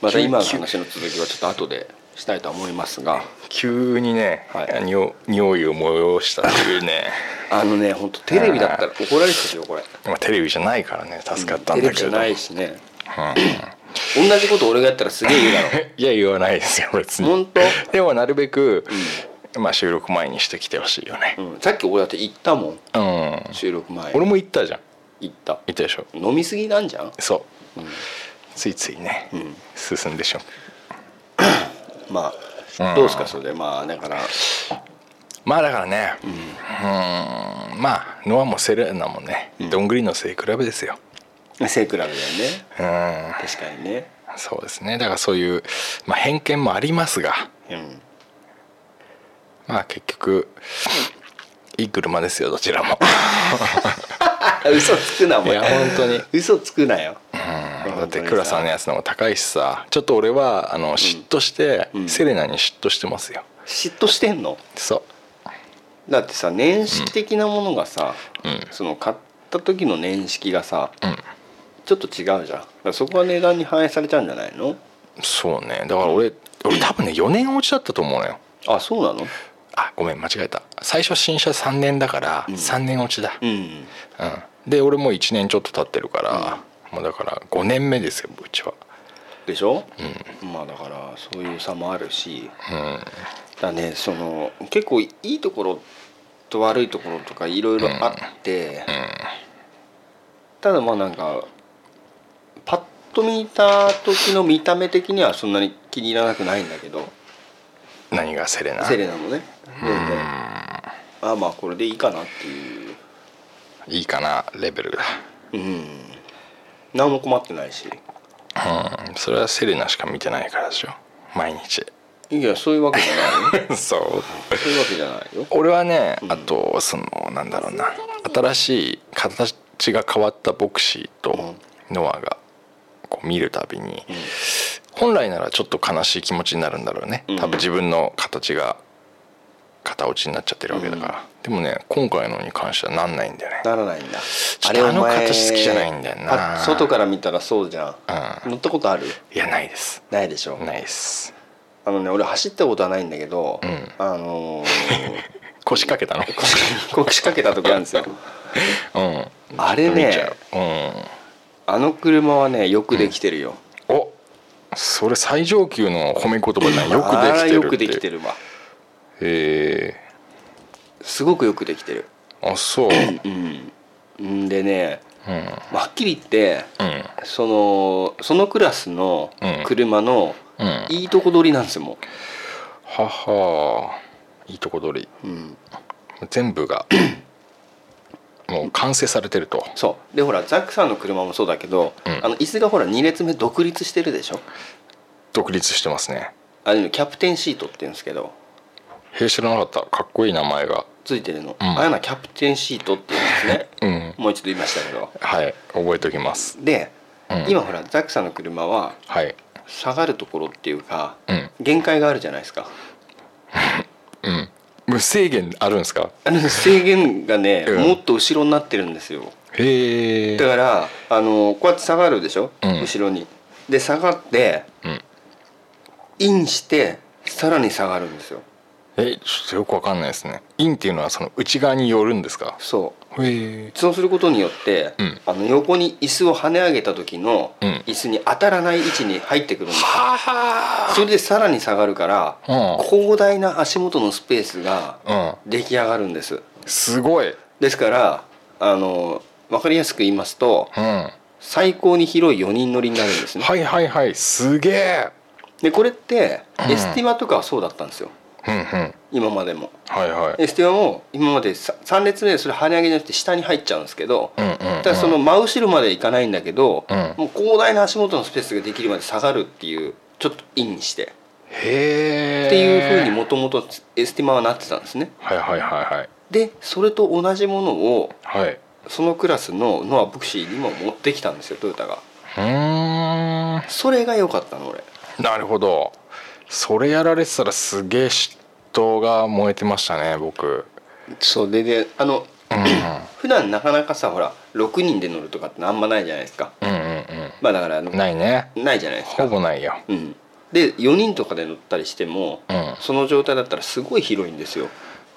また今の話の続きはちょっと後でしたいとは思いますが
急にね、
はい
にお匂いを催したっていうね
あのね本当テレビだったら怒られてたよこれ
まあテレビじゃないからね助かったん
テレ
だ
ビ
け
じ
ど、
ゃないしね
うん
同じこと俺がやったらすげえ言うだろ
いや言わないですよ別に
本当
でもなるべく、まあ収録前にしてきてほしいよね
う、ん、さっき俺だって行ったもん
うん
収録前
俺も行ったじゃん
行った
行ったでしょ
飲みすぎなんじゃん
そう、ついついね、進んでしょ
ま
う
あ
ん
どうですかそれでまあだから
まあだからねうんんまあノアもセレナもね、どんぐりの背比べですよ
背比べだよね
うん
確かにね
そうですねだからそういう、まあ、偏見もありますが
うん
まあ結局いい車ですよどちらも
あ嘘つくなお前
いや本当に
嘘つくなよ
だって倉さんのやつの方が高いしさちょっと俺はあの嫉妬して、
うん
セレナに嫉妬してますよ
嫉妬してんの
そ
だってさ年式的なものがさ、その買った時の年式がさ、
ん
ちょっと違うじゃんだからそこは値段に反映されちゃうんじゃないの
うそうねだから俺俺多分ね4年落ちだったと思うのよ
あそうなの
あごめん間違えた最初新車3年だから3年落ちだ、
うん
うんで俺もう1年ちょっと経ってるから、もうだから5年目ですようちは
でしょ、まあだからそういう差もあるし、だねその結構いいところと悪いところとかいろいろあって、ただまあなんかパッと見た時の見た目的にはそんなに気に入らなくないんだけど
何がセレナ
セレナもね全然あまあこれでいいかなっていう
いいかなレベルだ
うん何も困ってないし
うんそれはセレナしか見てないからでしょ毎日
いやそういうわけじゃないよ
そう
そういうわけじゃないよ
俺はね、あとそのなんだろうな新しい形が変わったボクシーとノアがこう見るたびに、本来ならちょっと悲しい気持ちになるんだろうね
うん
多分自分の形が片落ちになっちゃってるわけだから、でもね今回のに関してはなんないんだよね
ならないんだ
ょっとあの形好きじゃないんだよな
あ外から見たらそうじゃん、
うん
乗ったことある
いやないです
ないでしょ、
ないです
あのね俺走ったことはないんだけど、
ん
あのー
腰掛けたの
腰掛けた時あるんですよ
うん
あれ
見ちゃ
ねあの車はねよくできてるよ、
ううんおそれ最上級の褒め言葉じゃんよくでき
あ
て
れ
る
よくできて
る
るわ
へえ
すごくよくできてる
あそう
うんんでね
うん
まあはっきり言って
うん
そのそのクラスの車の
うん
いいとこ取りなんですよも
ははいいとこ取り
う、うん、
全部がもう完成されてると
そうでほらザックさんの車もそうだけど、
うん
あの椅子がほら2列目独立してるでしょ
独立してますね
あれキャプテンシートって言うんですけど
へえ知らなかったかっこいい名前が
ついてるの、
ん
ああいうのはキャプテンシートって言うんですね、
うん
もう一度言いましたけど
はい覚えておきます
で、
うん
今ほらザックさんの車は
はい
下がるところっていうか、
うん
限界があるじゃないですか
うん無制限あるんですか
あの制限がね、
うん
もっと後ろになってるんですよ
へえ
だからあのこうやって下がるでしょ、
うん
後ろにで下がって、
うん
インしてさらに下がるんですよ
えちょっとよくわかんないですねインっていうのはその内側に寄るんですか
そう
へえ
そうすることによって、
うん
あの横に椅子を跳ね上げた時の
うん
椅子に当たらない位置に入ってくるんですよ、
はは
それでさらに下がるから、
うん
広大な足元のスペースが
うん
出来上がるんです
すごい
ですからあの分かりやすく言いますと
うんは
最高に広い4人乗りになるんですね、
いはいはいすげえ
でこれって
うん
エスティマとかはそうだったんですよ
うんうん
今までも
はいはい
エスティマも今まで3列目でそれ跳ね上げじゃなくて下に入っちゃうんですけど、
うんうんうん
ただその真後ろまで行かないんだけど、
うん
もう広大な足元のスペースができるまで下がるっていうちょっとインして
へえ
っていうふうにもともとエスティマはなってたんですね
はいはいはい
でそれと同じものを
はいはい
そのクラスのノア・ブクシーにも持ってきたんですよトヨタが
うーん
それが良かったの俺
なるほどそれやられてたらすげえ嫉妬が燃えてましたね僕
そうでであの
うん
普段なかなかさほら6人で乗るとかってあんまないじゃないですか
うんうん
まあだからあの
うんないね
ないじゃないですか
ほぼないよ
うん、で4人とかで乗ったりしても、
うん
その状態だったらすごい広いんですよ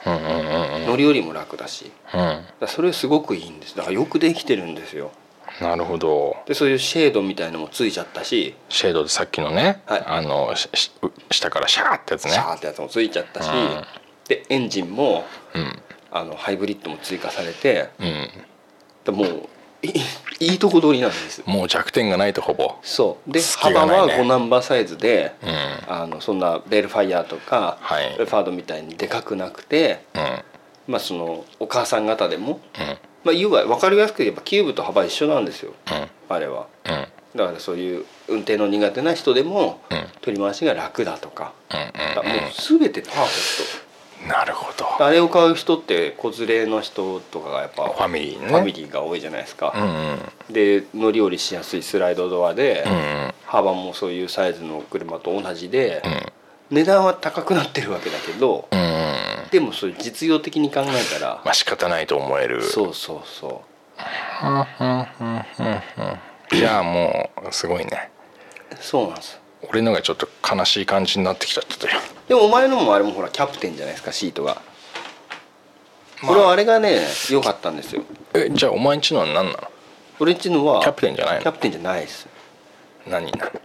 うんうんうんうん
乗り降りも楽だし
うん
だからそれすごくいいんですだからよくできてるんですよ
なるほど
でそういうシェードみたいのもついちゃったし
シェードでさっきのね、
はい
あのしし下からシャーってやつね
シャーってやつもついちゃったし、
うん
でエンジンも
うん
あのハイブリッドも追加されて
うん
でもういいいとこ取りなんです
もう弱点がないとほぼ
そうで、
隙が
幅
ない
は
ね
5ナンバーサイズで、
うんう
あのそんなベルファイアとか、
はい
ベルファードみたいにでかくなくて、
ん
まあ、そのお母さん方でも
うん
まあ、言うわ分かりやすく言えばキューブと幅一緒なんですよ
うん
あれは
うんうん
だからそういう運転の苦手な人でも
うん
取り回しが楽だとかだか
う
ら
ん
もう全てパーフェク
うんなるほど
トあれを買う人って子連れの人とかがやっぱ
ファミリーね
ファミリーが多いじゃないです
う
か、
んうん
で乗り降りしやすいスライドドアで、
うんうん
幅もそういうサイズの車と同じで、
うん
値段は高くなってるわけだけど、
うんうん
でもそれ実用的に考えたら、
まあ仕方ないと思える
そうそうそ
じゃあもうすごいね
うそうなんです
俺のがちょっと悲しい感じになってきちゃったよ
でもお前のもあれもほらキャプテンじゃないですかシートが、これはあれがね良かったんですよ
えじゃあお前んちのは何なの
俺んちのは
キャプテンじゃないの
キャプテンじゃないです
何なの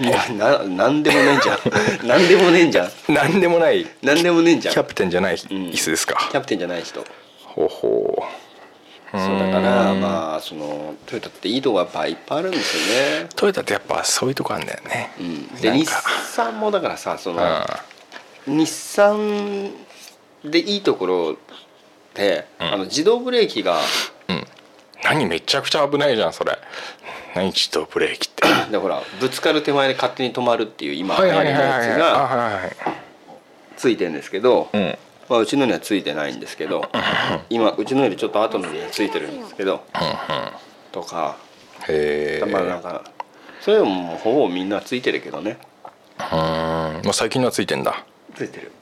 いやななんでもねえじゃん なんでもねえじゃん
何でもない
なんでもねえじ
キ
ゃ
ャ
ん
プテンじゃない椅子ですか、
キャプテンじゃない人そう
ほうほう
だからまあそのトヨタっていいとこがやっぱいっぱいあるんですよね
トヨタってやっぱそういうとこあんだよね、
うん、
な
で
ん
日
か
産もだからさその
う
日産でいいところって、あの自動ブレーキが
んうん何めちゃくちゃ危ないじゃんそれ何自動ブレーキっては
でほらぶつかる手前で勝手に止まるっていう今
い
流
は
行
い
り
はい
の
はい
やつ
あ
が
はいはい
ついてるんですけど、
う
うんまあ、うちのにはついてないんですけど今うちのよりちょっと後のにはついてるんですけどとか
へえ
まあなんかそれでももうほぼみんなついてるけどね
うんまあ最近のはついてんだ
ついてる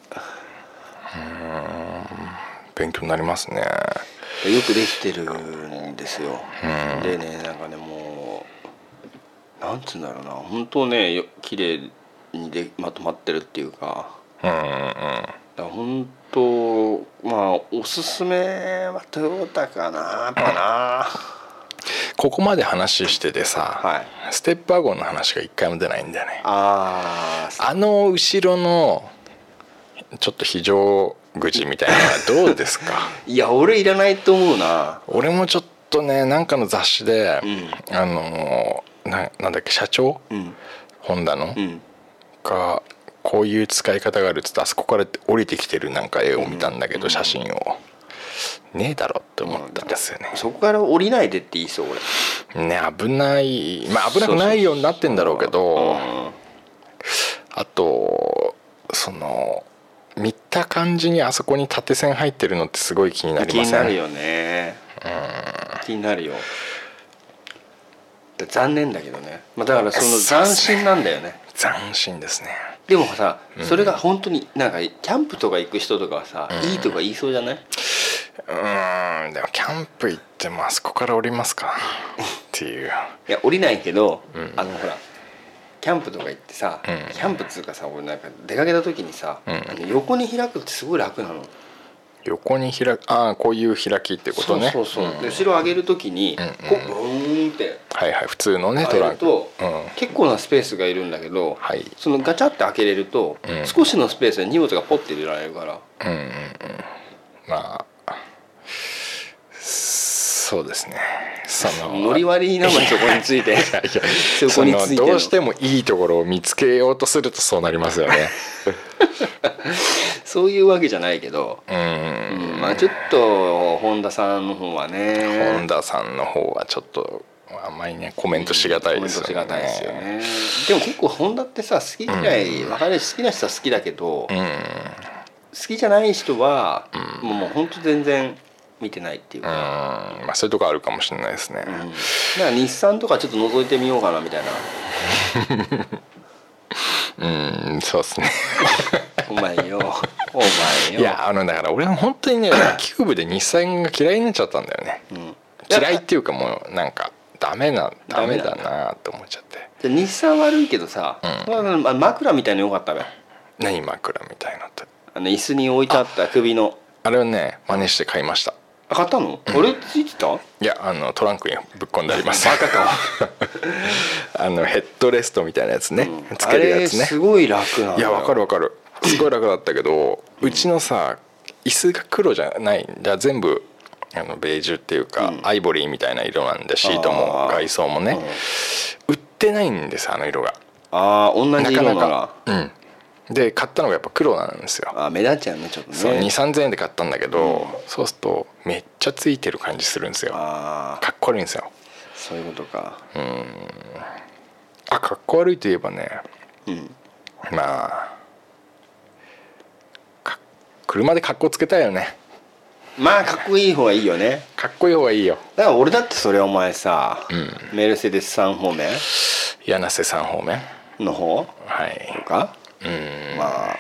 勉強になりますね
よくできてるんですよ、でねなんかねもうなんつうんだろうな本当ねよ綺麗にでまとまってるっていうか
うんうんうん
だから本当まあおすすめはトヨタかなやっぱ
ここまで話しててさ、
はい
ステップワゴンの話が一回も出ないんだよね
なあー
あの後ろのちょっと非常口みたいなのはどうですか
いや俺いらないと思うな
俺もちょっとねなんかの雑誌で、
う
あのーななんだっけ社長、
うん
ホンダの、
うん
がこういう使い方があるっつってあそこから降りてきてるなんか絵を見たんだけど、写真をねえだろって思ったんですよね、
そこから降りないでって言いそう俺
ね危ないまあ危なくないようになってんだろうけどあとその見た感じにあそこに縦線入ってるのってすごい気になり
気
ま
に
せん
なるよね気になるよだ残念だけどね、まあ、だからその斬新なんだよね
斬新ですね
でもさそれが本当になんかキャンプとか行く人とかはさ、いいとか言いそうじゃないう
ーんでもキャンプ行ってもあそこから降りますかっていう
いや降りないけど、あのほらキャンプとか行ってさ、
うん
キャンプっつうかさ俺なんか出かけた時にさ、あの横に開くってすごい楽なの
横に開くああこういう開きってことね
そうそうそう、で後ろ上げる時に、こうブーンって
はいはい普通のねト
開け
ラ
る
ンクうん
と、結構なスペースがいるんだけど、
はい
そのガチャって開けれると、
うん
少しのスペースで荷物がポッて入れられるから
うんうんうんまあそうですねその
乗り割りなのにそこについて そ
そ
こに
の
ついて
どうして
る
もいいところを見つけようとするとそうなりますよ ね
そういうわけじゃないけど、
う
うんんまあ、ちょっと本田さんの方はね
本田さんの方はちょっとあんまりねコメントしがたいですよ
コメントしがたいですよ
ね
ねでも結構ホンダってさ好き嫌い分かれるし好きな人は好きだけど、
う
好
ん
きじゃない人は、もうもうほんと全然見てないっていう
うん
か、
まあそういうとこあるかもしれないですね、
うんだから日産とかちょっと覗いてみようかなみたいな
うん、そうですね
お前 よお前よ
いやあのだから俺は本当に ねキューブで日産が嫌いになっちゃったんだよね
うん
嫌いっていうかもうなんかダメなダメだ
ダメ
なと思っちゃって
じゃあ日産悪いけどさ、まあ、枕みたいのよかったべ
何枕みたいなって
あの椅子に置いてあった首の
あれをね真似して買いました
あ買ったの、俺ついてた
いやあのトランクにぶっ込んでありますバカか あのヘッドレストみたいなやつね、つけるやつ
あれ
ね
すごい楽なの
いやわかるわかるすごい楽だったけど、うちのさ椅子が黒じゃないんだ全部あのベージュっていうか、アイボリーみたいな色なんでシートも
あー
外装もね、売ってないんですあの色が
ああ同じ
な
色
か
なら
なかうんで買ったのがやっぱ黒なんですよ
あー目立っちゃうねちょっとね
そう2,3000円で買ったんだけど、そうするとめっちゃついてる感じするんですよか
ああ
っこ悪いんですよ
そういうことか
あかっこ悪いといえばね
うん
まあか車でかっこつけたいよね
まあかっこいい方がいいよね
かっこいい方がいいよ
だから俺だってそれお前さ、メルセデス3方面
柳瀬さん方面
の方
はい
とか
うん
まあ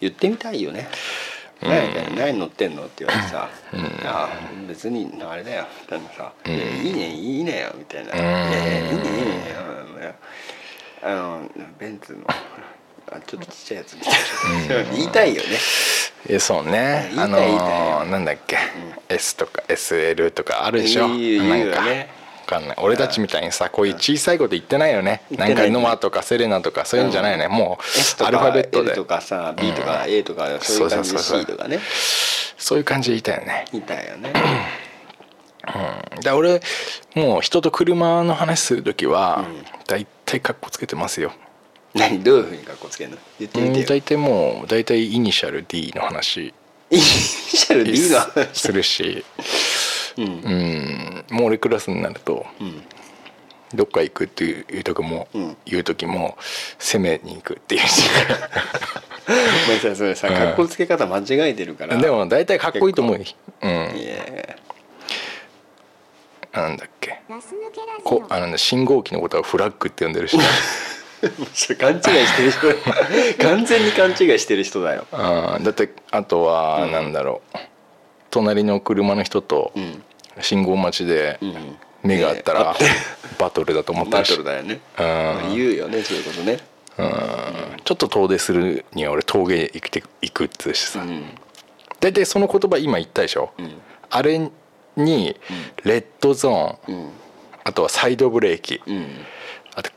言ってみたいよね「何みたいな何乗ってんの?」って言われてさ「あー別にあれだよ」みたいなさ「いやいいねいいねよ」みたいな「いやいやいいねいいねよ」あのベンツのあちょっとちっちゃいやつみたいな言いたいよね
えそうね
いいね
あの
いいね
なんだっけ、S とか SL とかあるでしょ
いいよいい
なん
よ
か
ね
わかんない俺たちみたいにさこういう小さいこと言ってないよね
言っ
な
てない
んかノマとかセレナとかそういうんじゃないよね、も
S
う
と
アルフ
か
ァベット
L
で
とかさ B とか A とかそういう感じで
そうそうそうそう
C とかね
そういう感じでいたよね
いたよね
だ俺もう人と車の話する時は大体かっこつけてますよ、
何どういうふうに格好つけるの言って
うん
みてよ
大体もう大 体イニシャル D の話
イニシャル D の話
するし
うん
うんもう俺クラスになると
うん
どっか行くっていう時も、
うん
いう時も攻めに行くっていうし
ごめんなさいそれさ
うん
格好つけ方間違えてるから
でも大体かっこいいと思うよ、うん、
いや
なんだっけ
ガス抜けラジ
こ
オ
あの信号機のことはフラッグって呼んでるし
それ勘違いして る人完全に勘違いしてる人だよ
あーだってあとは
うん
なんだろう、隣の車の人と
うん
信号待ちで
うん
目が合ったら、
ねえ
バトルだと思った
バ
りし
トルだよね
うん
言うよねそういうことね
うんちょっと遠出するには俺峠行くて行くっつうし
う
さ、
ん
大体その言葉今言ったでしょ、
ん
あれにレッドゾーン、
うん
あとはサイドブレーキ、
うん
あと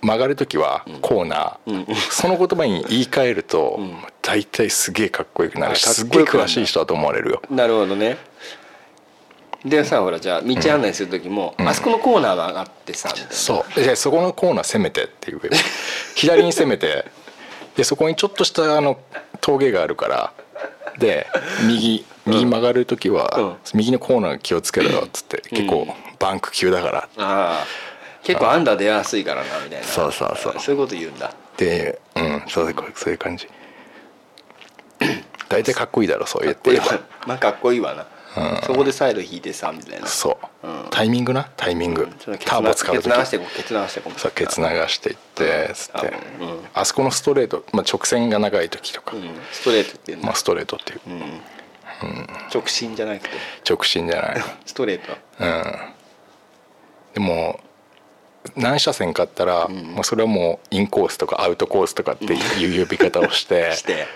曲がる時はコーナー、
うん
その言葉に言い換えると、
ん
大体すげえかっこよくなるし
あかっ
す
こ
げえ
よくなる
詳しい人だと思われるよ
なるほどねでさほらじゃあ道案内する時も、あそこのコーナーがあってさみたいな
そうでそこのコーナー攻めてっていう 左に攻めてでそこにちょっとしたあの峠があるからで右右曲がる時は、右のコーナー気をつけろよっつって、結構バンク級だから
ああ結構アンダー出やすいからなみたいな
そうそうそう
そういうこと言うんだ
でうんそうそうそういう感じ大体かっこいいだろそう言って
これ
言え
は
ば
まあかっこいいわな、そこでサイド引いてさみたいな
そう、
うん
タイミングなタイミング、
ちょっとケツ
ターボ使う
ケツ
時
流してこうケツ流してこう
そうケツ流していってつって、
うんうん
あそこのストレート、まあ、直線が長い時とか、
うんストレートっていうの、
まあ、ストレートっていう
うん直進じゃなくて
直進じゃない
ストレート
でも何車線かあったら、まあ、それはもうインコースとかアウトコースとかっていう呼び方を して
して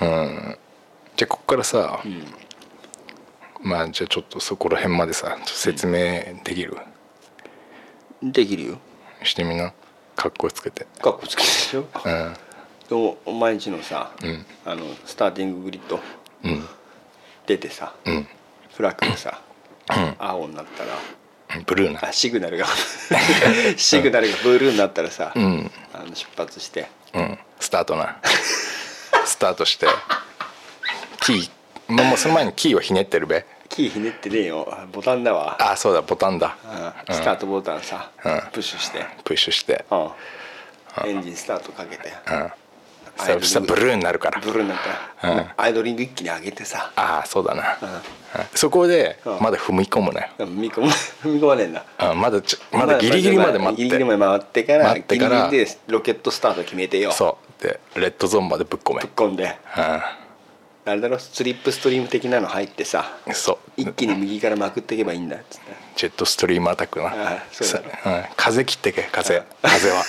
じゃあここからさ、まあじゃあちょっとそこら辺までさちょっと説明できる、
できるよ
してみなかっこつけて
かっこつけでしょ
うん
でもお前んちのさ、
ん
あのスターティンググリッド
うん
出てさ、
ん
フラッグがさ、青になったら
ブルーな
あシグナルが シグナルがブルーになったらさ、
ん
あの出発して
うん、スタート なスタートしてキーまあもうその前にキーをひねってるべ
キーひねってねえよあボタンだわ
あそうだボタンだ
うんスタートボタンさ、
うん
プッシュして、
プッシュして
うんエンジンスタートかけて、
うん
ア
そ
イドリング
したらブルーになるから
ブルーになったら、アイドリング一気に上げてさ
ああそうだな、うんそこで
うん
まだ踏み込むなよ、
踏み込む 踏み込まねえんだ
うん、まだちょまだギリギリまで待って
ギリギリまで回ってから
待ってから
ギリギリでロケットスタート決めてよ
そうでレッドゾーンまでぶっ込め
ぶっ込んで
う
あれだろスリップストリーム的なの入ってさ
んそう
一気に右からまくっていけばいいんだっつって
ジェットストリームアタックな
あそうだろ
さうん、風切ってけ風風は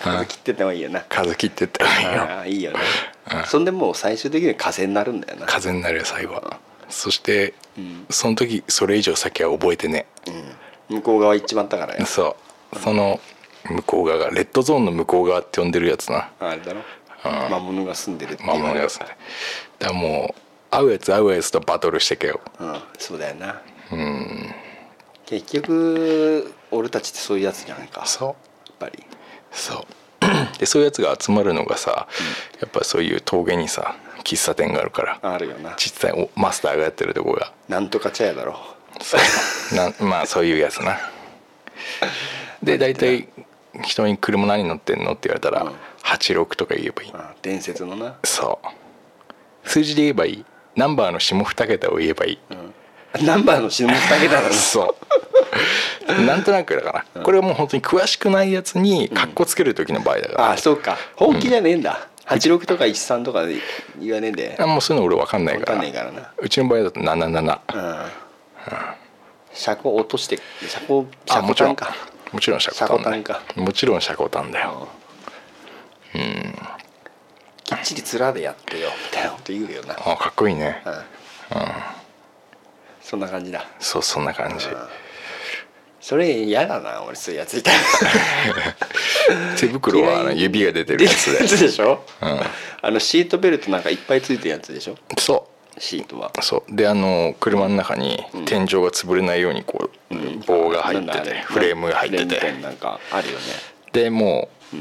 風切ってた方がいいよな
風切ってったらいいよ
ああいいよねそんでもう最終的には風になるんだよな
風になるよ最後はそして、その時それ以上先は覚えてね
向こう側行っちまったからよ
そうその向こう側がレッドゾーンの向こう側って呼んでるやつな
あれだろ魔物が住んでるって
魔
言わ
物
れ
や
る
つねだからもう合うやつ合うやつとバトルしてけよ
うんそうだよな結局俺たちってそういうやつじゃないかやっ
そう
ぱり
そうでそういうやつが集まるのがさ、やっぱそういう峠にさ喫茶店があるから
あるよな
実際おマスターがやってるとこが
なんとか茶屋だろ
なまあそういうやつなで大体人に「車何乗ってんの?」って言われたら、
うん
86とか言えばいい
あ伝説のな
そう数字で言えばいいナンバーの下2桁を言えばいい、
ナンバーの下だけだ ろ
そう なんとなくだから、これはもう本当に詳しくないやつにかっこつける時の場合だから、
ああそうか本気じゃねえんだ、86とか13とかで言わねえんで
あもうそういうの俺分かんない
分
から
かんねえからな
うちの場合だと77、
うん車高落として車高
あ
車
も
高
ちろん
単か
もちろんシャコタン,、
シャコタン
もちろんシャコタンだよ、
きっちり面でやってよみたいなこと言うよな
あかっこいいね、
うんそんな感じだ
そうそんな感じ、
それ嫌だな俺そういうやついたら
手袋はあの
嫌い
指が出てるやつで
や つでしょ、あのシートベルトなんかいっぱいついてるやつでしょ
そ
シートは
うそうであの車の中に天井が潰れないようにこう、棒が入って
なんだあ
て
れ
フレームが入って
フレームみたい
て
ななんかあるよね
でもう、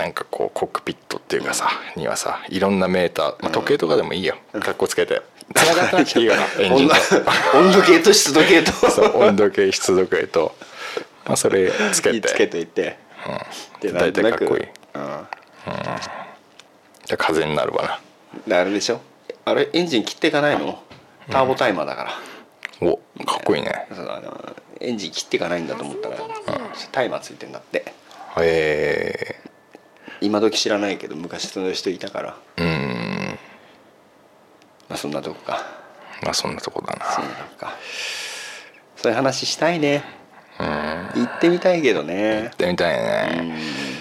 なんかこうコックピットっていうかさにはさいろんなメーター、まあ、時計とかでもいいよかっこつけてつながってな くていいよなエンジン
温
と
度 温度計と湿度計と
そう温度計湿度計と、まあ、それつけて
つけといて、
うん、
な
大
んと
体
な
かっ
く
こいいじ
うん
ゃあ風になるわ
あれでしょあれエンジン切っていかないのターボタイマーだから、
なおかっこいいね
そうあのエンジン切っていかないんだと思ったら、タイマーついてんだって
へ
今時知らないけど昔その人いたから
えうん
まあそんなとこか
まあそんなとこだ
そん
な
なとこかそういう話したいね行ってみたいけどね
やってみたいね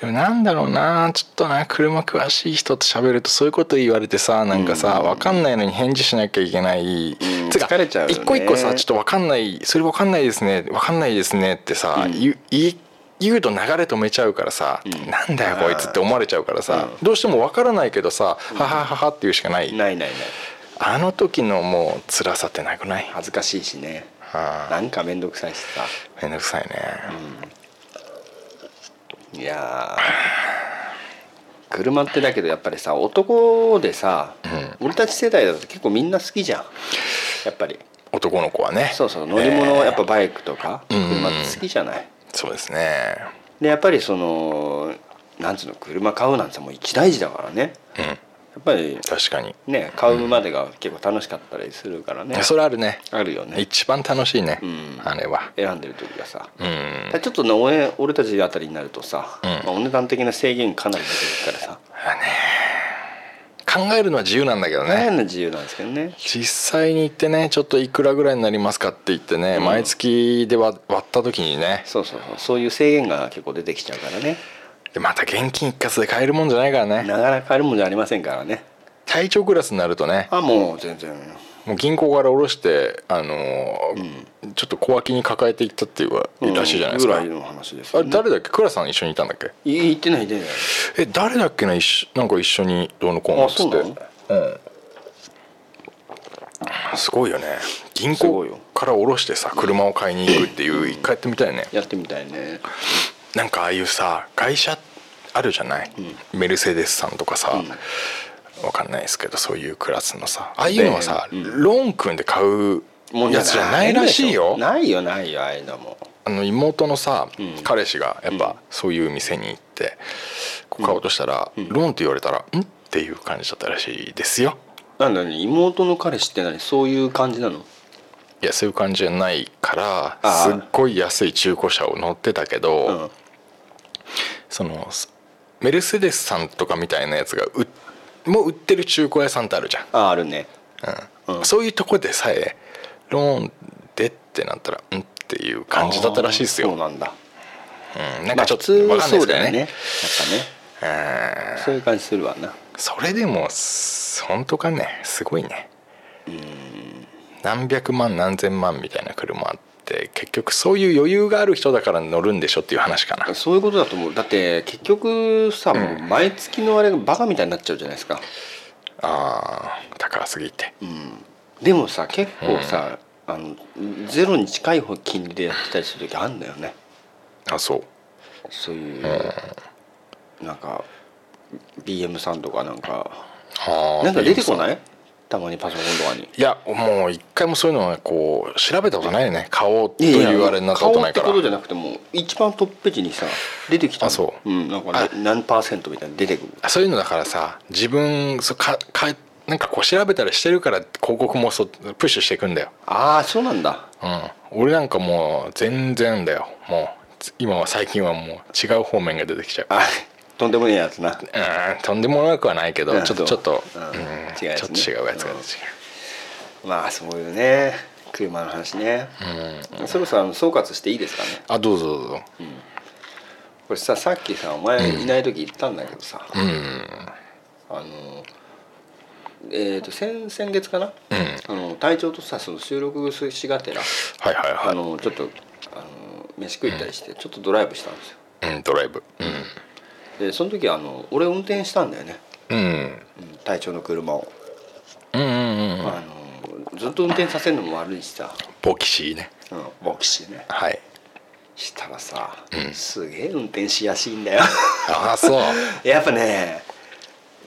でもなんだろうなちょっとな車詳しい人と喋るとそういうこと言われてさなんかさ分かんないのに返事しなきゃいけないつうか
疲れちゃうよね
一個一個さちょっと分かんないそれ分かんないですね分かんないですねってさ言う言い言うと流れ止めちゃうからさなんだよこいつって思われちゃうからさどうしても分からないけどさははははっていうしかない
ないないない
あの時のもう辛さってなくない
恥ずかしいしね
あ
なんか面倒くさいしさ
めんどくさいね
いやー車ってだけどやっぱりさ男でさ、俺たち世代だと結構みんな好きじゃんやっぱり
男の子はね
そうそう乗り
え
物
ー
やっぱバイクとか
ん
車って好きじゃない、
そうですね
でやっぱりそのなんつうの車買うなんてもう一大事だからね
うん
やっぱり
確かに
ね買うまでが結構楽しかったりするからね、
それあるね
あるよね
一番楽しいね、
ん
あれは
選んでる時がさ、
う
だ
ん
からちょっとね俺俺たちあたりになるとさ、
ん
まあ、お値段的な制限かなり出てるからさ
考えるのは自由なんだけどね
大変な自由なんですけどね
実際に行ってねちょっといくらぐらいになりますかって言ってね、
ん
毎月で割割った時にね
そうそうそうそういう制限が結構出てきちゃうからね
でまた現金一括で買えるもんじゃないからね
なかなかあるもんじゃありませんからね
体調クラスになるとね
あもう全然
もう銀行から下ろしてあのーちょっと小脇に抱えていったっていうからしいじゃないですか、
ぐらいの話です
あ
よ
れ
ね
誰だっけ倉さん一緒にいたんだっけ
い言ってないで
え誰だっけな一緒なんか一緒にどうのこうのっつって
あそう
うんすごいよね銀
すご
行
いよ
から下ろしてさ車を買いに行くっていう一回やってみたいね
やってみたいね
なんかああいうさ会社あるじゃない、メルセデスさんとかさ、わかんないですけどそういうクラスのさああいうのはさ、
ねうん
ローン組んで買うやつじゃないらしいよ
ないよないよああいうのも
あの妹のさ、
ん
彼氏がやっぱそういう店に行ってこう買おうとしたら、ローンって言われたら「ん?」っていう感じだったらしいですよ
なんだね妹の彼氏って何そういう感じなの
いやそういう感じじゃないか
あ
ら
あ
すっごい安い中古車を乗ってたけど、
うん
そのメルセデスさんとかみたいなやつがうもう売ってる中古屋さんってあるじゃん、
ああるね
うん
うん
そういうとこでさえローンでってなったら「ん?」っていう感じだったらしいです
そ
よ
う、なんだ
うん、なんかちょっと
まあ
わ
普
かん
通
ないで
そ
す
う
けど
だよねや
ね
っぱねそういう感じするわな
それでも本当かねすごいね何百万何千万みたいな車って結局そういう余裕がある人だから乗るんでしょっていう話かな
そういうことだと思うだって結局さ、もう毎月のあれがバカみたいになっちゃうじゃないですか、
あー高すぎて
でもさ結構さ、あのゼロに近い方金利でやってたりする時あるんだよね
あそう
そういう、なんか BM さんとかなんか
あー
なんか出て
い
こないたまにパソコンとかに。
やもう一回もそういうのはこう調べたことないよね買おうというあれになったことないから
顔ってことじゃなくても一番トップページにさ出てきたの、
あそうん
なんかね何パーセントみたいなの出てくる
そういうのだからさ自分そうかかなんかこう調べたりしてるから広告もそうプッシュしていくんだよ
ああそうなんだ
うん、俺なんかもう全然だよもうつ今は最近はもう違う方面が出てきちゃう
あとんでもねえやつ
う
な
んとんでもなくはないけど
うん
ちょっとちょっと、
う
うんん
違うやつね
ちょっと違うやつが出てき
まあそういうね車の話ね、
たうん
そろそろあの総括していいですかね
あどうぞどうぞ
これささっきさお前いない時言ったんだけどさ、
うん
あのえー、と先先月かな、あの隊長とさその収録しがてら
はいはい
あ
は
のちょっとあの飯食い行ったりしてちょっとドライブしたんですよ
い、うん、ドライブ
でその時あの俺運転したんだよね、
うんうん
うん、隊長の車を、
うんうんうん
あのずっと運転させるのも悪いしさ、
ボキシーね
うん、ボクシーね
はい
したらさ、すげえ運転しやすいんだよ
ああそう
やっぱね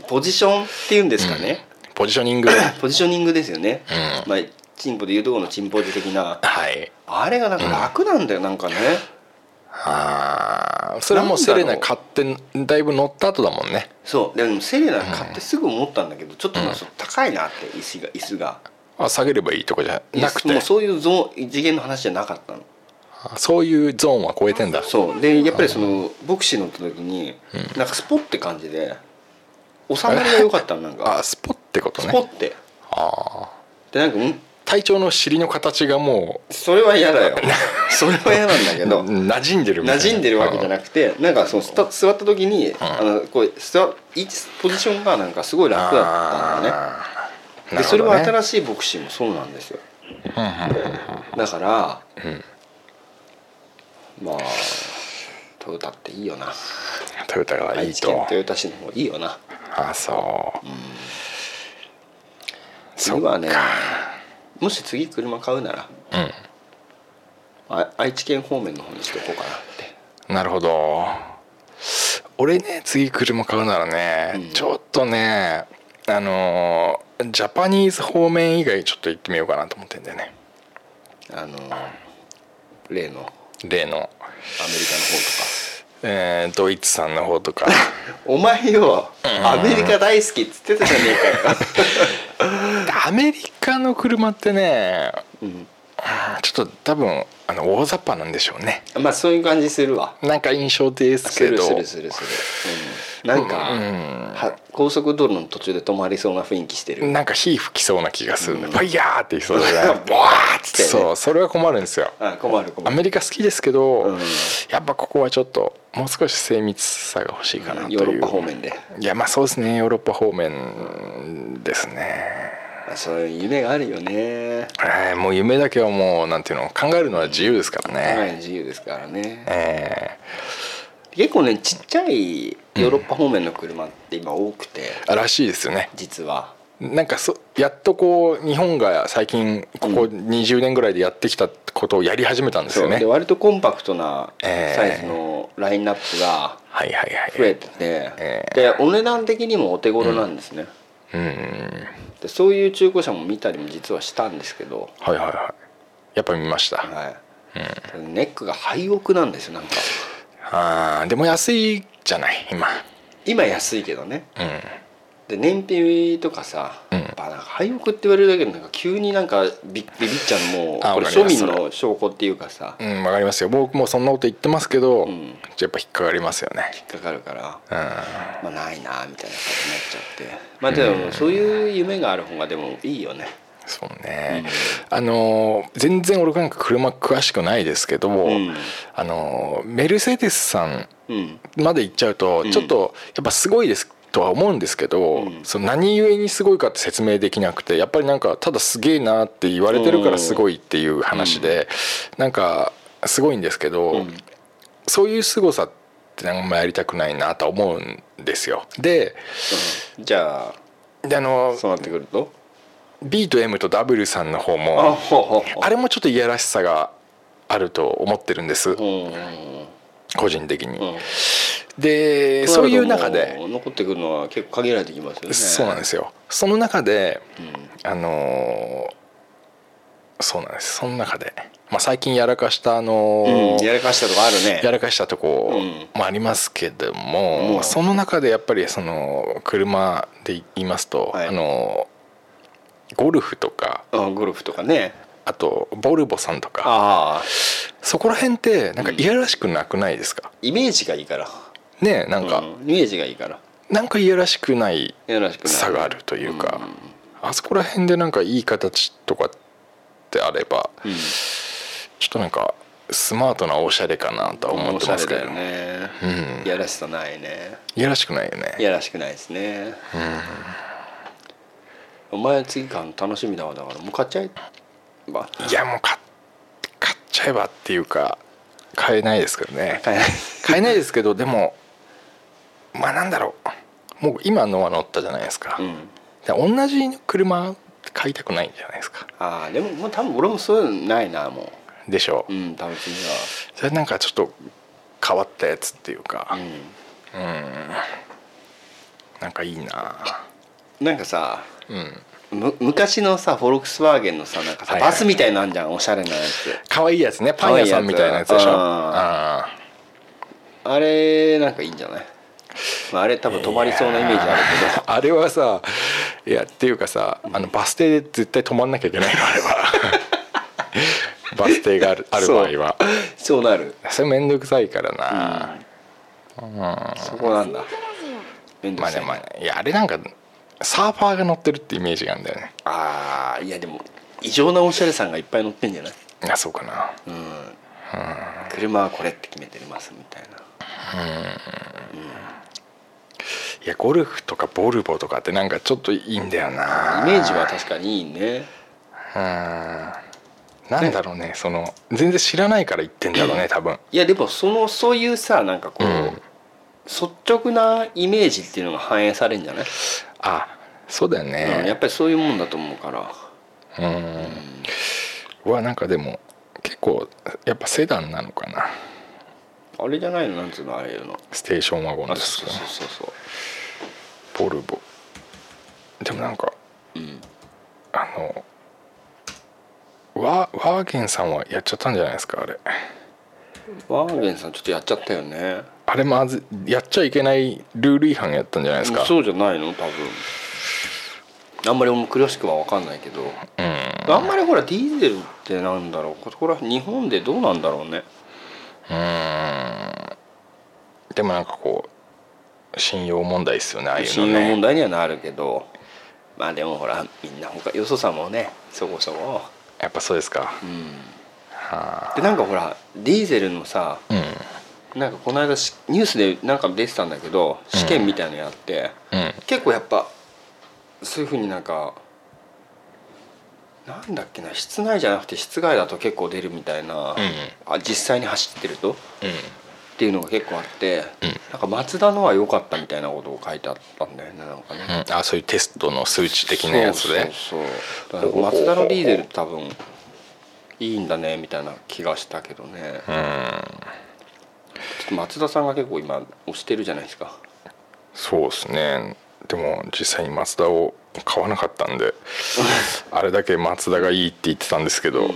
ポジションっていうんですかね、
ポジショニング
ポジショニングですよね、まあチンポでいうところのチンポジ的な
はい
あれがなんか楽なんだよ、なんかね
ああそれはもうセレナ買ってだいぶ乗った後だもんね
そうでもセレナ買ってすぐ思ったんだけど、ちょっとなんかそう高いなって椅子が椅子が
あ下げればいいとこじゃなくて
もうそういうゾーン次元の話じゃなかったの
あそういうゾーンは超えてんだ
そうでやっぱりそのボクシー乗った時に、なんかスポって感じで収まりが良かったのなんか
あスポってこと
スポ
ね
ってでなんかん
体調の尻の形がも
それは嫌だよそれ は嫌なんだけ
う
ど
馴染んでるみたい
馴
な
染んでるわけじゃなくてなんかそのスタ座った時に、あのこう座位置ポジションがなんかすごい楽だったんだよね
あーなる
でそ
ほ
れ
どね
は新しいボクシーもそうなんですよだから、まあトヨタっていいよな
トヨタがい
愛
い
知県
と
豊田市の方いいよな
あそう
次はねもし次車買うなら、あ愛知県方面の方にしておこうかなって
なるほど俺ね次車買うならね、
うん
ちょっとねあのージャパニーズ方面以外ちょっと行ってみようかなと思ってんだよね
あの例のアメ
例の、
リカの方とか。
えードイツさんの方 とか
お前よアメリカ大好きっつってたじゃね
アメリカの車ってね
えか
ちょっと多分あの大雑把なんでしょうね
よまあそういう感じするわ
なんか印象ですけど
するするするする、うん、なんか、は高速道路の途中で止まりそうな雰囲気してる、
なんか火吹きそうな気がするね、
うん
ファイヤーって言いそうだ よねボワーっつって、
ね
そうそれは困るんですよ
あ困る困
ア
る
メリカ好きですけど、
うん
やっぱここはちょっともう少し精密さが欲しいかなという、
ヨーロッパ方面で
いやまあそうですねヨーロッパ方面ですね
あそういう夢があるよね
えーもう夢だけはもうなんていうの考えるのは自由ですから
考
ね、
え自由ですからね
え
結構ねちっちゃいヨーロッパ方面の車って今多くて、
ーらしいですよね
実は
なんかそやっとこう日本が最近ここ20年ぐらいでやってきたことをやり始めたんですよね、
で
はい
割とコンパクトな
ええ
サイズのラインナップが
はいはい
増えてて、
ええ
でお値段的にもお手頃なんですね、
うんうん
でそういう中古車も見たりも実はしたんですけど、
はいはいはいやっぱ見ました、
はいネックが廃屋なんですよなんか
あーでも安いじゃない今
今安いけどね
うん
で燃費とかさ、
うん
やっぱなんか廃屋って言われるだけでなんか急になんかビビビっちゃうのもう
あ
これ
わかり
庶
ます
民の証拠っていうかさ、
うん、わかりますよ僕もそんなこと言ってますけど、
ん
やっぱ引っかかりますよね
引っかかるから、
う
まあ、ないなみたいな感じになっちゃってまあでもそういう夢がある方がでもいいよね
んそうね、あのー全然俺なんか車詳しくないですけど、
ん
あのーメルセデスさん
うん
まで行っちゃうと
ん
ちょっとやっぱすごいですとは思うんですけど、
うん
その何故にすごいかって説明できなくてやっぱりなんかただすげえなって言われてるからすごいっていう話で、なんかすごいんですけど、
うん
そういう凄さってなんかあんまやりたくないなとは思うんですよ。で
じゃあ
であの
そうなってくると
B と M と W さんの方
あ
も
ほうほうほう
あれもちょっといやらしさがあると思ってるんです
う
個人的に。
ん
でそういう中で
もう残ってくるのは結構限られてきますよね、
そうなんですすよその中で
うん
あのーそうなんですその中で、まあ、最近やらかしたあのー
うんやらかしたとかあるね
やらかしたとこ
うん
もありますけど
も
も、
う
その中でやっぱりその車で言いますと、
はい
あのーゴルフとか
うんゴルフとかね
あとボルボさんとか
ああ
そこら辺ってなんかいやらしくなくないですか、
イメージがいいから
ねえなんか、
うんイメージがいいから
なんかいやらしくない
よろしくない
差があるというか、あそこら辺でなんかいい形とかってあれば
うん
ちょっとなんかスマートなおしゃれかなとは思
面
ってま
白い
すけ
だ
ど
よ
ね
ね、
うん
いやらしさないね
いやらしくないよね
いやらしくないですねお前次買うの楽しみだわだからもう買っちゃえば
いやもう買っ買っちゃえばっていうか買えないですけどね
買えない
買えないですけどでもまあなんだろうもう今のは乗ったじゃないですか,、
うん
同じ車買いたくないんじゃないですか
ああでももう多分俺もそういうのないなもう
でしょ
う
うん
楽しみ
それなんかちょっと変わったやつっていうか
だ、
なんかいいな
うん、なんかさ
うん
む昔のさフォルクスワーゲンのさなんかさ、
はいはい
バスみたいなんじゃんおしゃれなやつ
可愛いやつねパン屋さんみたいなやつでしょ
可愛いやつ
ああ
あれなんかいいんじゃない、まあ、あれ多分止まりそうなイメージあるけど
あれはさいやっていうかさあのバス停で絶対止まんなきゃいけないのあれは バス停があるある場合は
そうなる
それめんどくさいからな、
そこなんだめんど
ま
く
あ
さ
ね
い,、
まあねいやあれなんかサーファーが乗ってるってイメージがあるんだよね
あーいやでも異常なおしゃれさんがいっぱい乗ってんじゃない、
あそうかな
うん車はこれって決めてますみたいない
やゴルフとかボルボとかってなんかちょっといいんだよな
イメージは確かにいいね
うんなんだろうねその全然知らないから言ってんだろうね多分
いやでもそのそういうさなんかこう、
うん
率直なイメージっていうのが反映されるんじゃない、
あそうだよ
うんや
ね
っぱりそういうもんだと思うから
うんうわなんかでも結構やっぱセダンなのかな
あれじゃないのなんつうのあれいうの
ステーションワゴン
あ
です
そ
けど
うそ
ね
うそうそう
ボルボでもなんか
うん
あのワワーゲンさんはやっちゃったんじゃないですかあれ
ワーゲンさんちょっとやっちゃったよね
あれまずやっちゃいけないルール違反やったんじゃないですか
そうじゃないの多分あんまり俺も詳しくは分かんないけど、あんまりほらディーゼルってなんだろうこれは日本でどうなんだろうね
でもなんかこう信用問題ですよねああいうのね
信用問題にはなるけどまあでもほらみんな他よそさんもねそこそこ
やっぱそうですか
うん
はあ
でなんかほらディーゼルのさ
うん
なんかこの間しニュースでなんか出てたんだけど試験みたいのやって、
うん
結構やっぱそういうふうになんかなんだっけな室内じゃなくて室外だと結構出るみたいな、
う
あ実際に走ってるとっ
うん
ていうのが結構あって、
うん
なんか松田のは良かったみたいなことを書いてあったんだよねなんかね。
うん、あそういうテストの数値的なやつで
そうそうそうだから松田のリーゼル多分いいんだねみたいな気がしたけどねちょっと松田さんが結構今推してるじゃないですか
そうですねでも実際にマツダを買わなかったん であれだけマツダがいいって言ってたんですけど、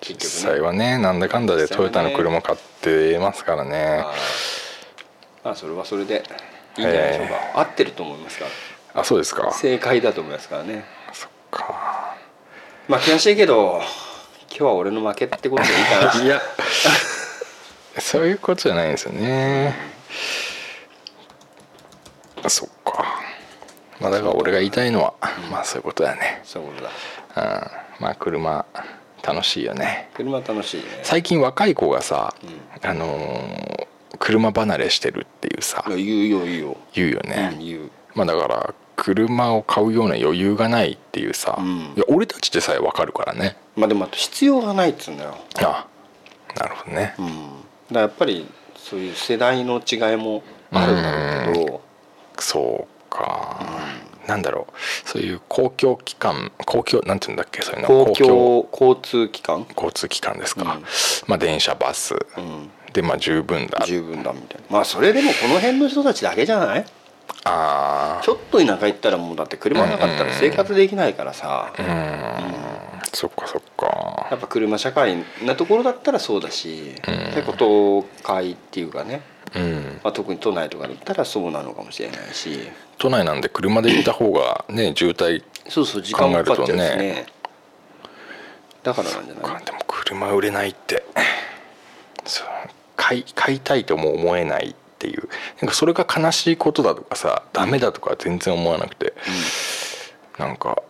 結
実
局
際
ね
はねなんだかんだで
実際
ト
は
ヨタの
ね
車買ってますからね
あーまあそれはそれでいいんじゃないでしょうか、合ってると思いますから
あそうですか
正解だと思いますからね
そっか
まあ悔しいけど今日は俺の負けってことでいいかな
いやそういうことじゃないんですよねそっかまあだから俺が言いたいのはまあそういうことだね
そういうことだ
うんまあ車楽しいよね
車楽しいね
最近若い子がさ、あのー車離れしてるっていうさ
いや言うよ言うよ、
言うよ
う
ね、
ん、言う
まあだから車を買うような余裕がないっていうさ、
うん
いや俺たちでさえわかるからね
まあでもあと必要がないっつうんだよ
あなるほどね、
うん、だからやっぱりそういう世代の違いもあるんだろうけど、
そうか、なんだろうそういう公共機関公共なんていうんだっけそういうの
公共交通機関、
交通機関ですか、
うん
まあ電車バス
うん、
でまあ十分だ
十分だみたいなまあそれでもこの辺の人たちだけじゃない
あ
ちょっと田舎行ったらもうだって車なかったら生活できないからさ、
あうん、そっかそっか
やっぱ車社会なところだったらそうだし、結構都会っていうかね、
うん
まあ、特に都内とかだったらそうなのかもしれないし
都内なんで車で行った方がね渋滞
そうそう時間もかかっちゃうし
考えると
ね
ね
だからなんじゃない
かでも車売れないってそう買い買いたいとも思えないっていうなんかそれが悲しいことだとかさダメだとかは全然思わなくて、なんか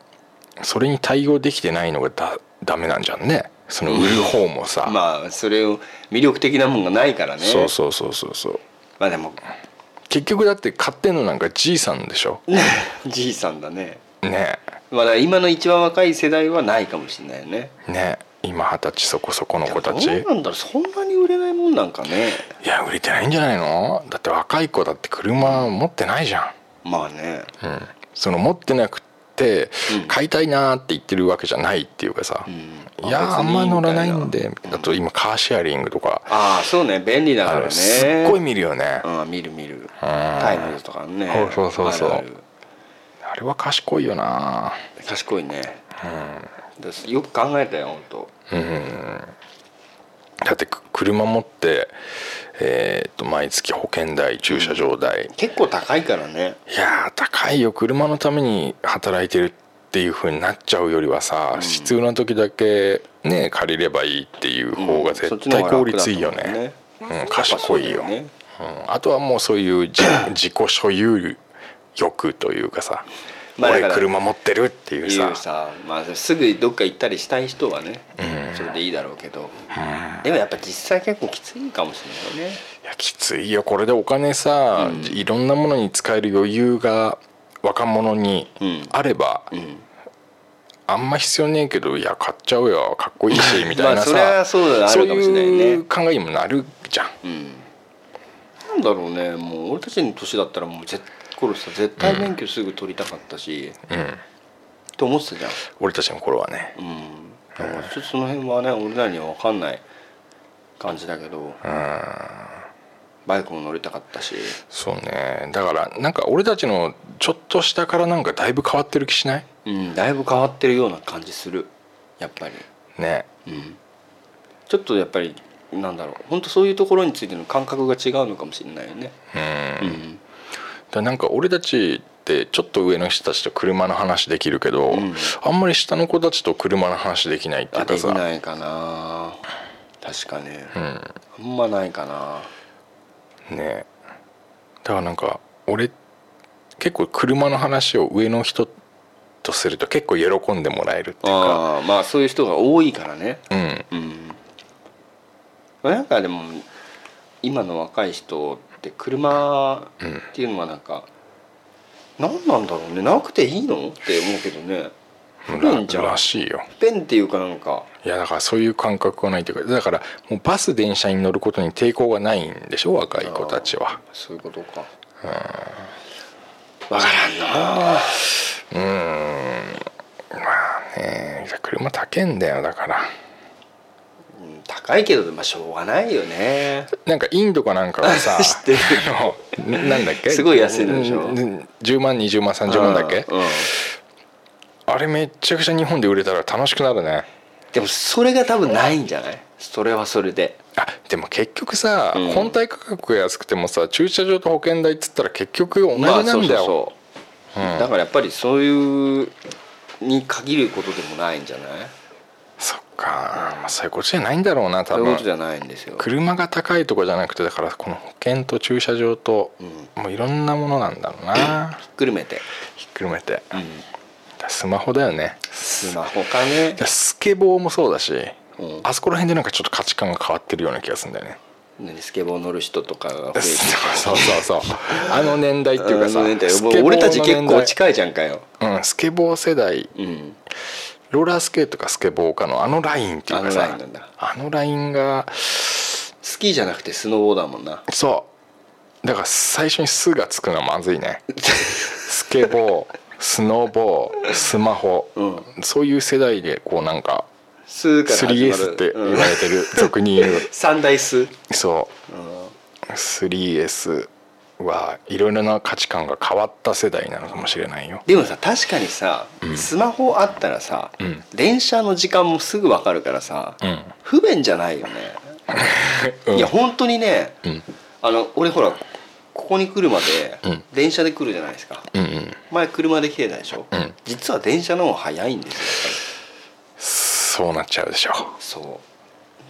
それに対応できてないのがだダメなんじゃんねその売る方もさ、
まあそれを魅力的なもんがないからね
そうそうそうそうそう
まあでも
結局だって買ってんのなんかじいさんでしょね
じいさんだね
え
まあだから今の一番若い世代はないかもしれないよね
ねえ今二十歳そこそこの子たち
どうなんだろうそんなに売れないもんなんかね
いや売れてないんじゃないのだって若い子だって車持ってないじゃん
まあね
その持ってなくって
うん
買いたいなーって言ってるわけじゃないっていうかさ、
うん
いやーあんま乗らないん
別
で
にみたいな
あと今カーシェアリングとか、
ああそうね便利だか
あ
らね
のすっごい見るよね、
うん見る見るタイムズとかね
そうそうそうそう
あるある
あれは賢いよな
賢いねだしよく考えたよ本当
だってく車持って、えーっと毎月保険代駐車場代、
結構高いからね
いやー高いよ車のために働いてるっていう風になっちゃうよりはさ、必要な時だけね借りればいいっていう方が
そっ
絶
ちの
対
方が
効
楽
率
だと
いいよ
思う
ね,、うん
やっぱそ
賢
うだ
いよ、
ね
うん、あとはもうそういう じ自己所有欲というかさ、
まあだから
俺車持ってるっていう
い
さ
うさ、まあ、すぐどっか行ったりしたい人はね、それでいいだろうけど、でもやっぱ実際結構きついかもしれないよね
いやきついよこれでお金さ、
うん
いろんなものに使える余裕が若者に
うん
あれば、
うん
あんま必要ねえけどいや買っちゃうよかっこいい しみたい
まあ
な
それ
さ
はそうだあ
そう
るかもしれないね
いう考えにもなるじゃん
うんなんだろうねもう俺たちの年だったらもう絶頃さ絶対免許すぐ取りたかったし、と思ってたじゃん
俺たちの頃はね
うん、ちょっとその辺はね俺らには分かんない感じだけど、バイクも乗りたかったし
そうねだからなんか俺たちのちょっと下からなんかだいぶ変わってる気しない
うんだいぶ変わってるような感じするやっぱり
ね
うんちょっとやっぱりなんだろう本当そういうところについての感覚が違うのかもしれないよね
うん
ん
だなんか俺たちってちょっと上の人たちと車の話できるけど、
ん
あんまり下の子たちと車の話できないってい
あ
うか
でき
さ
ないかな確かね、
うん
あんまないかな
ねだからなんか俺結構車の話を上の人とすると結構喜んでもらえるっていうか
あーまあそういう人が多いからね
うん
うんなんかでも今の若い人って車っていうのはなんか、何なんだろうねなくていいのって思うけどね不便じゃ
ら
ん
らしいよ
不便っていうかなんか
いやだからそういう感覚がないというかだからもうバス電車に乗ることに抵抗がないんでしょ若い子たちは
そういうことかわからんな
ねえ車高えんだよだから
うん高いけどまあしょうがないよね
なんかインドかなんかがさ
知ってる
あのなんだっけ
すごい安いのでしょ
うんうん10万20万30万だっけ
うんうん
あれめっちゃくちゃ日本で売れたら楽しくなるね
でもそれが多分ないんじゃないそれはそれで
あでも結局さ、
うん
本体価格が安くてもさ駐車場と保険代っつったら結局同じ
ま
な
あ
んだよ、
そうそうそう
うん
だからやっぱりそういうに限ることでもないんじゃない
そっか、まあ、そういうことじゃないんだろうな多
そういう
分
ことじゃないんですよ
車が高いとかじゃなくてだからこの保険と駐車場と、もういろんなものなんだろうな、
ひっくるめて、
ひっくるめて、だからスマホだよね
スマホかね
だからスケボーもそうだし、
うん
あそこら辺でなんかちょっと価値観が変わってるような気がするんだよね
何スケボー乗る人とかが増えてきて
そうそうそうそうあの年代っていうかさ
あの年代
スケボーの
俺たち結構
年
近いじゃんかよ、
代うんスケボー世代
うん、
ローラースケートかスケボーかのあのラインっていうか
あの
さ
ラインなんだ
あのラインが
スキーじゃなくてスノーボーだもんな
そうだから最初に「す」がつくのはまずい ねスケボースノーボースマホ、
う
そういう世代でこうなんか
スから始まる
3S って
う
言
ん
われてる、俗に言う
三大ス
そう、3S はいろいろな価値観が変わった世代なのかもしれないよ
でもさ確かにさ、スマホあったらさ、電車の時間もすぐ分かるからさ、
ん
不便じゃないよね、いや本当にね、あの俺ほらここに来るまで、
ん
電車で来るじゃないですか、
うんうん
前車で来てたでしょ、
ん
実は電車の方が早いんですよやっ
そうなっちゃうでしょ
ぱりそ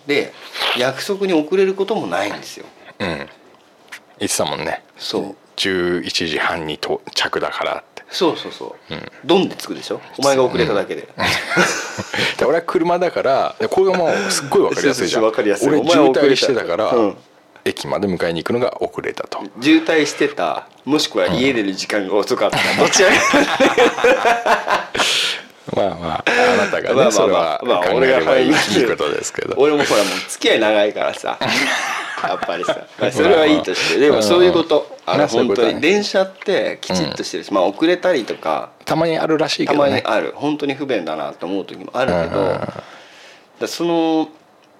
うで約束に遅れることもないんですよ
うん言ってたもんね
そう
11時半に到着だからっ て
そうそうそう、ドンで着くでしょお前が遅れただけで、
で俺は車だからでこれがもうすっごい分かりやすいじゃん
そうそうそう分かりやすい
俺
お前は
渋
遅れ
滞
た
してたから、
うん
駅まで迎えに行くのが遅れたと
渋滞してたもしくは家出る時間が遅かった、どちらか
まあまああなたがね、
まあまあ
それは
まあ
考えればいい,、ことですけど
俺もほらもう付き合い長いからさやっぱりさまあそれはいいとしてでもそういうこと
うん
あの
ねそういう
本
ことだね
当に電車ってきちっとしてるし、まあ遅れたりとか
たまにあるらしい
た
け
ま
ど
に
ね
ある本当に不便だなと思う時もあるけど、
うんうんうん
だからその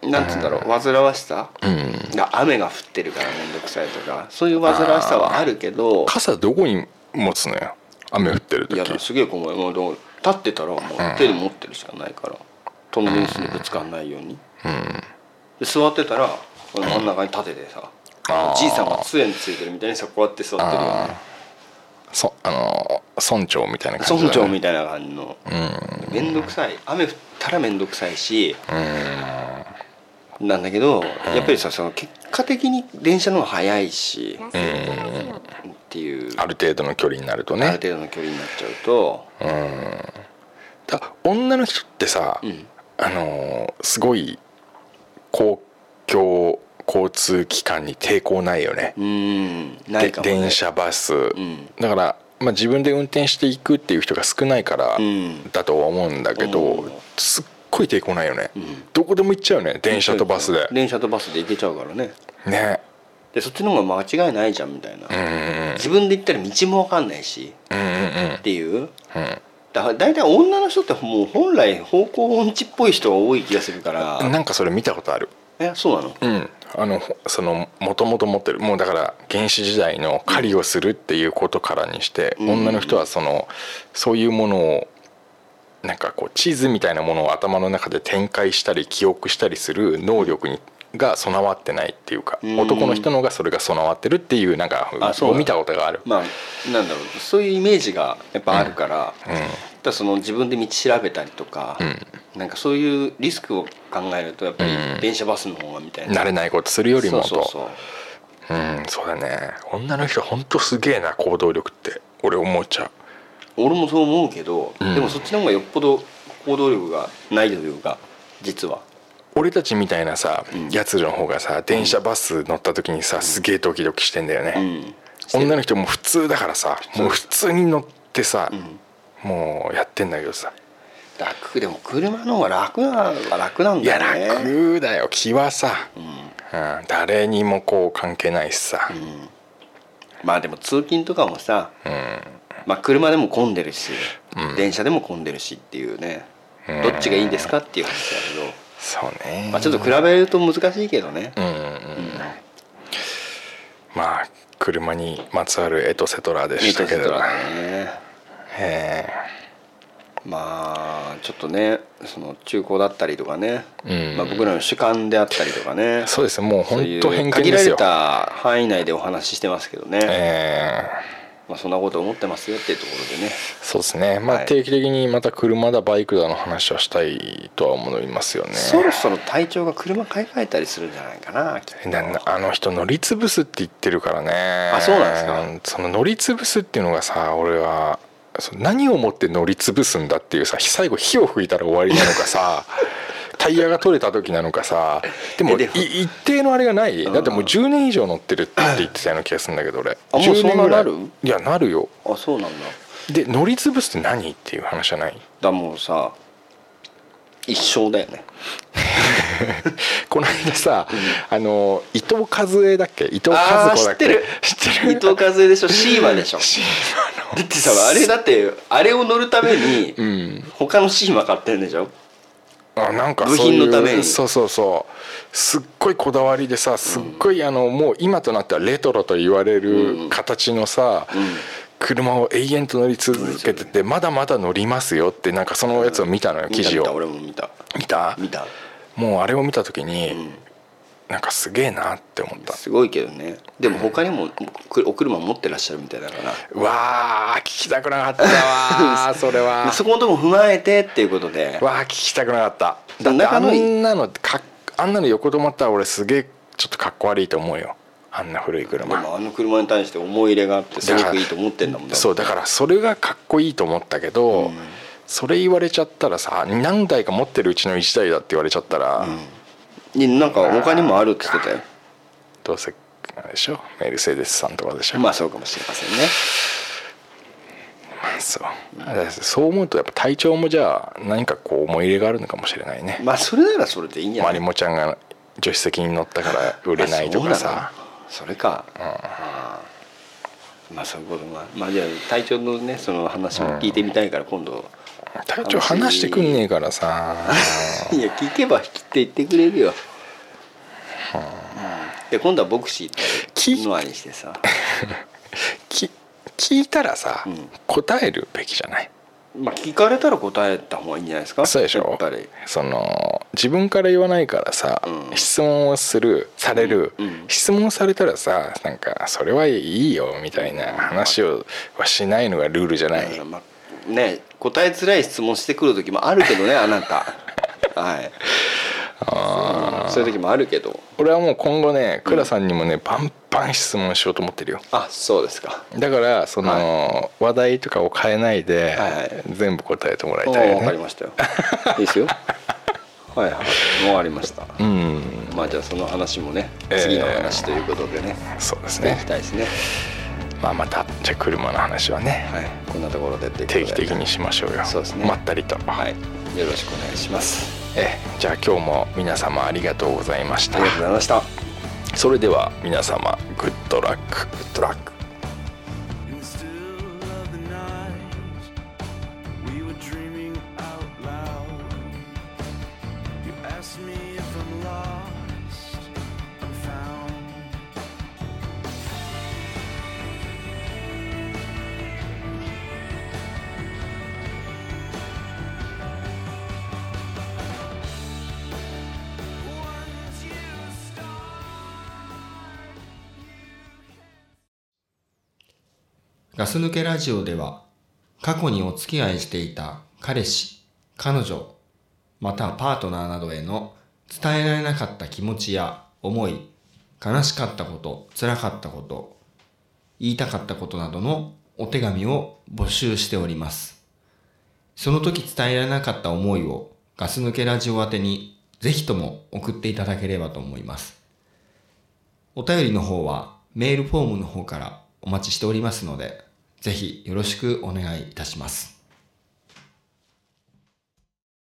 なんつうんだろう煩わしさ、
うん
が雨が降ってるから面倒くさいとかそういう煩わしさはあるけど
傘どこに持つのよ雨降ってる
いや
時
すげえ困るもうどう立ってたらもう手で持ってるしかないからトンネルスにぶつかんないように、で座ってたらこの真ん中に立ててさ、
あー
じいさんが杖についてるみたいにさこうやって座ってるよね
そあの村長みたいな感じ
村長み
た
たいな感じの面倒くさい雨降ったら面倒くさいしなんだけどやっぱりさその結果的に電車の方が早いしっていう
ある程度の距離になると
ある
ね
程度の距離になっちゃうと、
だ女の人ってさ、
うん
あのーすごい公共交通機関に抵抗ないよね
うーんないかも、ね、
で電車バス、
ん
だから、まあ、自分で運転していくっていう人が少ないから
うん
だとは思うんだけど、
うん
すっごい抵抗ないよね、
ん
どこでも行っちゃうよね電車とバスで
電車とバスで行けちゃうからね
ね
でそっちの方が間違いないじゃんみたいな、
うんうん
自分で行ったら道も分かんないし
うん
っていう
うんうん
だ大体女の人ってもう本来方向音痴っぽい人が多い気がするから
うんなんかそれ見たことある
えそうなの
うん、あのほそのもともと持ってるもうだから原始時代の狩りをするっていうことからにして、
うん
女の人はそのそういうものをなんかこう地図みたいなものを頭の中で展開したり記憶したりする能力にが備わってないっていうか、
うん
男の人の方がそれが備わってるっていうなんか
あそうだ
見たことがある。
まあなんだろうそういうイメージがやっぱあるから、だからその自分で道調べたりとか、なんかそういうリスクを考えるとやっぱり
うん
電車バスの方がみたいな、
慣れないことするよりもと
そうそうそう
うんそうだね女の人ほんとすげえな行動力って俺思っちゃう
俺もそう思うけど、
うん
でもそっちの方がよっぽど行動力がないというか実は
俺たちみたいなさ、
ん
やつらの方がさ電車バス乗った時にさ、すげえドキドキしてんだよ
う
ね、
ん
女の人も普通だからさもう普通に乗ってさ、
ん
もうやってんだけどさ
楽でも車の方が楽なのは楽なん
いや
だよね
楽だよ気はさ、
う
うん
ん
誰にもこう関係ないしさ、
まあでも通勤とかもさ、まあ、車でも混んでるし、電車でも混んでるしっていうねどっちがいいですかっていう話だけど、
そうね、
まあ、ちょっと比べると難しいけどね、
うんうんうんまあ車にまつわるエトセトラで
い
し
い
た
年
け
だ
ど
からね
え
まあちょっとねその中古だったりとかね、
うん
まあ、僕らの主観であったりとかね
えそうですもう
そう
本
いう
当偏見
限
で
ら
す
れ
よ
た範囲内でお話ししてますけどね、
ええ
まあ、そんなこと思ってますよっていうところでね
そうですね、まあ、
はい
定期的にまた車だバイクだの話はしたいとは思いますよね。
そろそろ体調が車買い替えたりするんじゃないかなきっと
ななあの人乗り潰すって言ってるからね
あそうなん
ですかその乗り潰すっていうのがさ俺はその何をもって乗り潰すんだっていうさ最後火を吹いたら終わりなのか さタイヤが取れた時なのかさでも
えでも
い一定のあれがないだってもう10年以上乗ってるって言ってたような気がするんだけど俺
あもうそんな
10年ぐらい
なる
いやなるよ
あそうなんだだか
で乗り潰すって何っていう話じゃない
らもうさ一生だよね
この間さ、あの伊藤和恵だっけ伊藤和子だっけ
あー
知って
伊
る
藤和恵 でしょシーマでしょ
シーマの
だってさあれだってあれを乗るために
ん
他のシーマ買ってるんでしょ
あなんか
部
そう
品
いう
のために
そうそうそうすっごいこだわりでさすっごい、あのもう今となってはレトロと言われる形のさ、車を永遠と乗り続けててまだまだ乗りますよってなんかそのやつを見たのよ記事
見た
を
見た俺も見た
見た
見た
もうあれを見た時に、なんかすげえなって思った
すごいけどねでも他にもくお車持ってらっしゃるみたいだから
わあ聞きたくなかったわーそれは
そこのとこ踏まえてっていうことで
わあ聞きたくなかっただ
だ
ってあ
仲のいい
んなのかっあんなの横止まったら俺すげえちょっとかっこ悪いと思うよあんな古い
で
車
もあの車に対して思い入れがあってすごくいいと思ってんだもん
そうだからそれがかっこいいと思ったけど、
うん
それ言われちゃったらさ何台か持ってるうちの1台だって言われちゃったら、
になんか他にもあるって言ってたよ
どうせあれでしょメルセデスさんとかでしょ、
まあそうかもしれませんね
そうだからそう思うとやっぱ体調もじゃあ何かこう思い入れがあるのかもしれないね、
まあそれならそれでいいんじゃな
ま
い
りもちゃんが助手席に乗ったから売れないとかさ
あそうなのそれか、あーまあそういうこともあるまあじゃあ隊長のねその話も聞いてみたいから今度、
隊長話してくんねえからさ
いや聞けばきっと言ってくれるよ、で今度はボクシーってノアにしてさ
き聞いたらさ、
うん
答えるべきじゃない
まあ聞かれたら答えた方がいいんじゃないですか
そうでし
や
ょ
っぱり
その自分から言わないからさ、
うん
質問をするされる、
うんうん
質問されたらさなんかそれはいいよみたいな話をはしないのがルールじゃない、
だからまあね答えづらい質問してくる時もあるけ どねあなたはいそういう時もあるけど
俺はもう今後ね倉さんにもね、バンバン質問しようと思ってるよ
あそうですか
だからその、話題とかを変えないで、
はいはい
全部答えてもらい
お
たいよ
分かり
ね
ましたよいいですよはいはい終わりました
うん
まあじゃあその話もね
えー
次の話ということでね、
そうです
してい
ね
きたいですね
まあまたじゃあ車の話はね、
はいこんなところでっていうこと
定
で
期的にしましょうよ
そうですね
まったりと
はいよろしくお願いします
えじゃあ今日も皆様ありがとうございまし
あ
た
りがとうございました
それでは皆様グッドラックグッドラック
In the still of the night, we were dreaming out loud. You asked me if I'm lost, I'm found. Once you start.
ガス抜けラジオでは過去にお付き合いしていた彼氏、彼女、またはパートナーなどへの伝えられなかった気持ちや思い、悲しかったこと、辛かったこと、言いたかったことなどのお手紙を募集しております。その時伝えられなかった思いをガス抜けラジオ宛てにぜひとも送っていただければと思います。お便りの方はメールフォームの方からお待ちしておりますので、ぜひよろしくお願いいたします。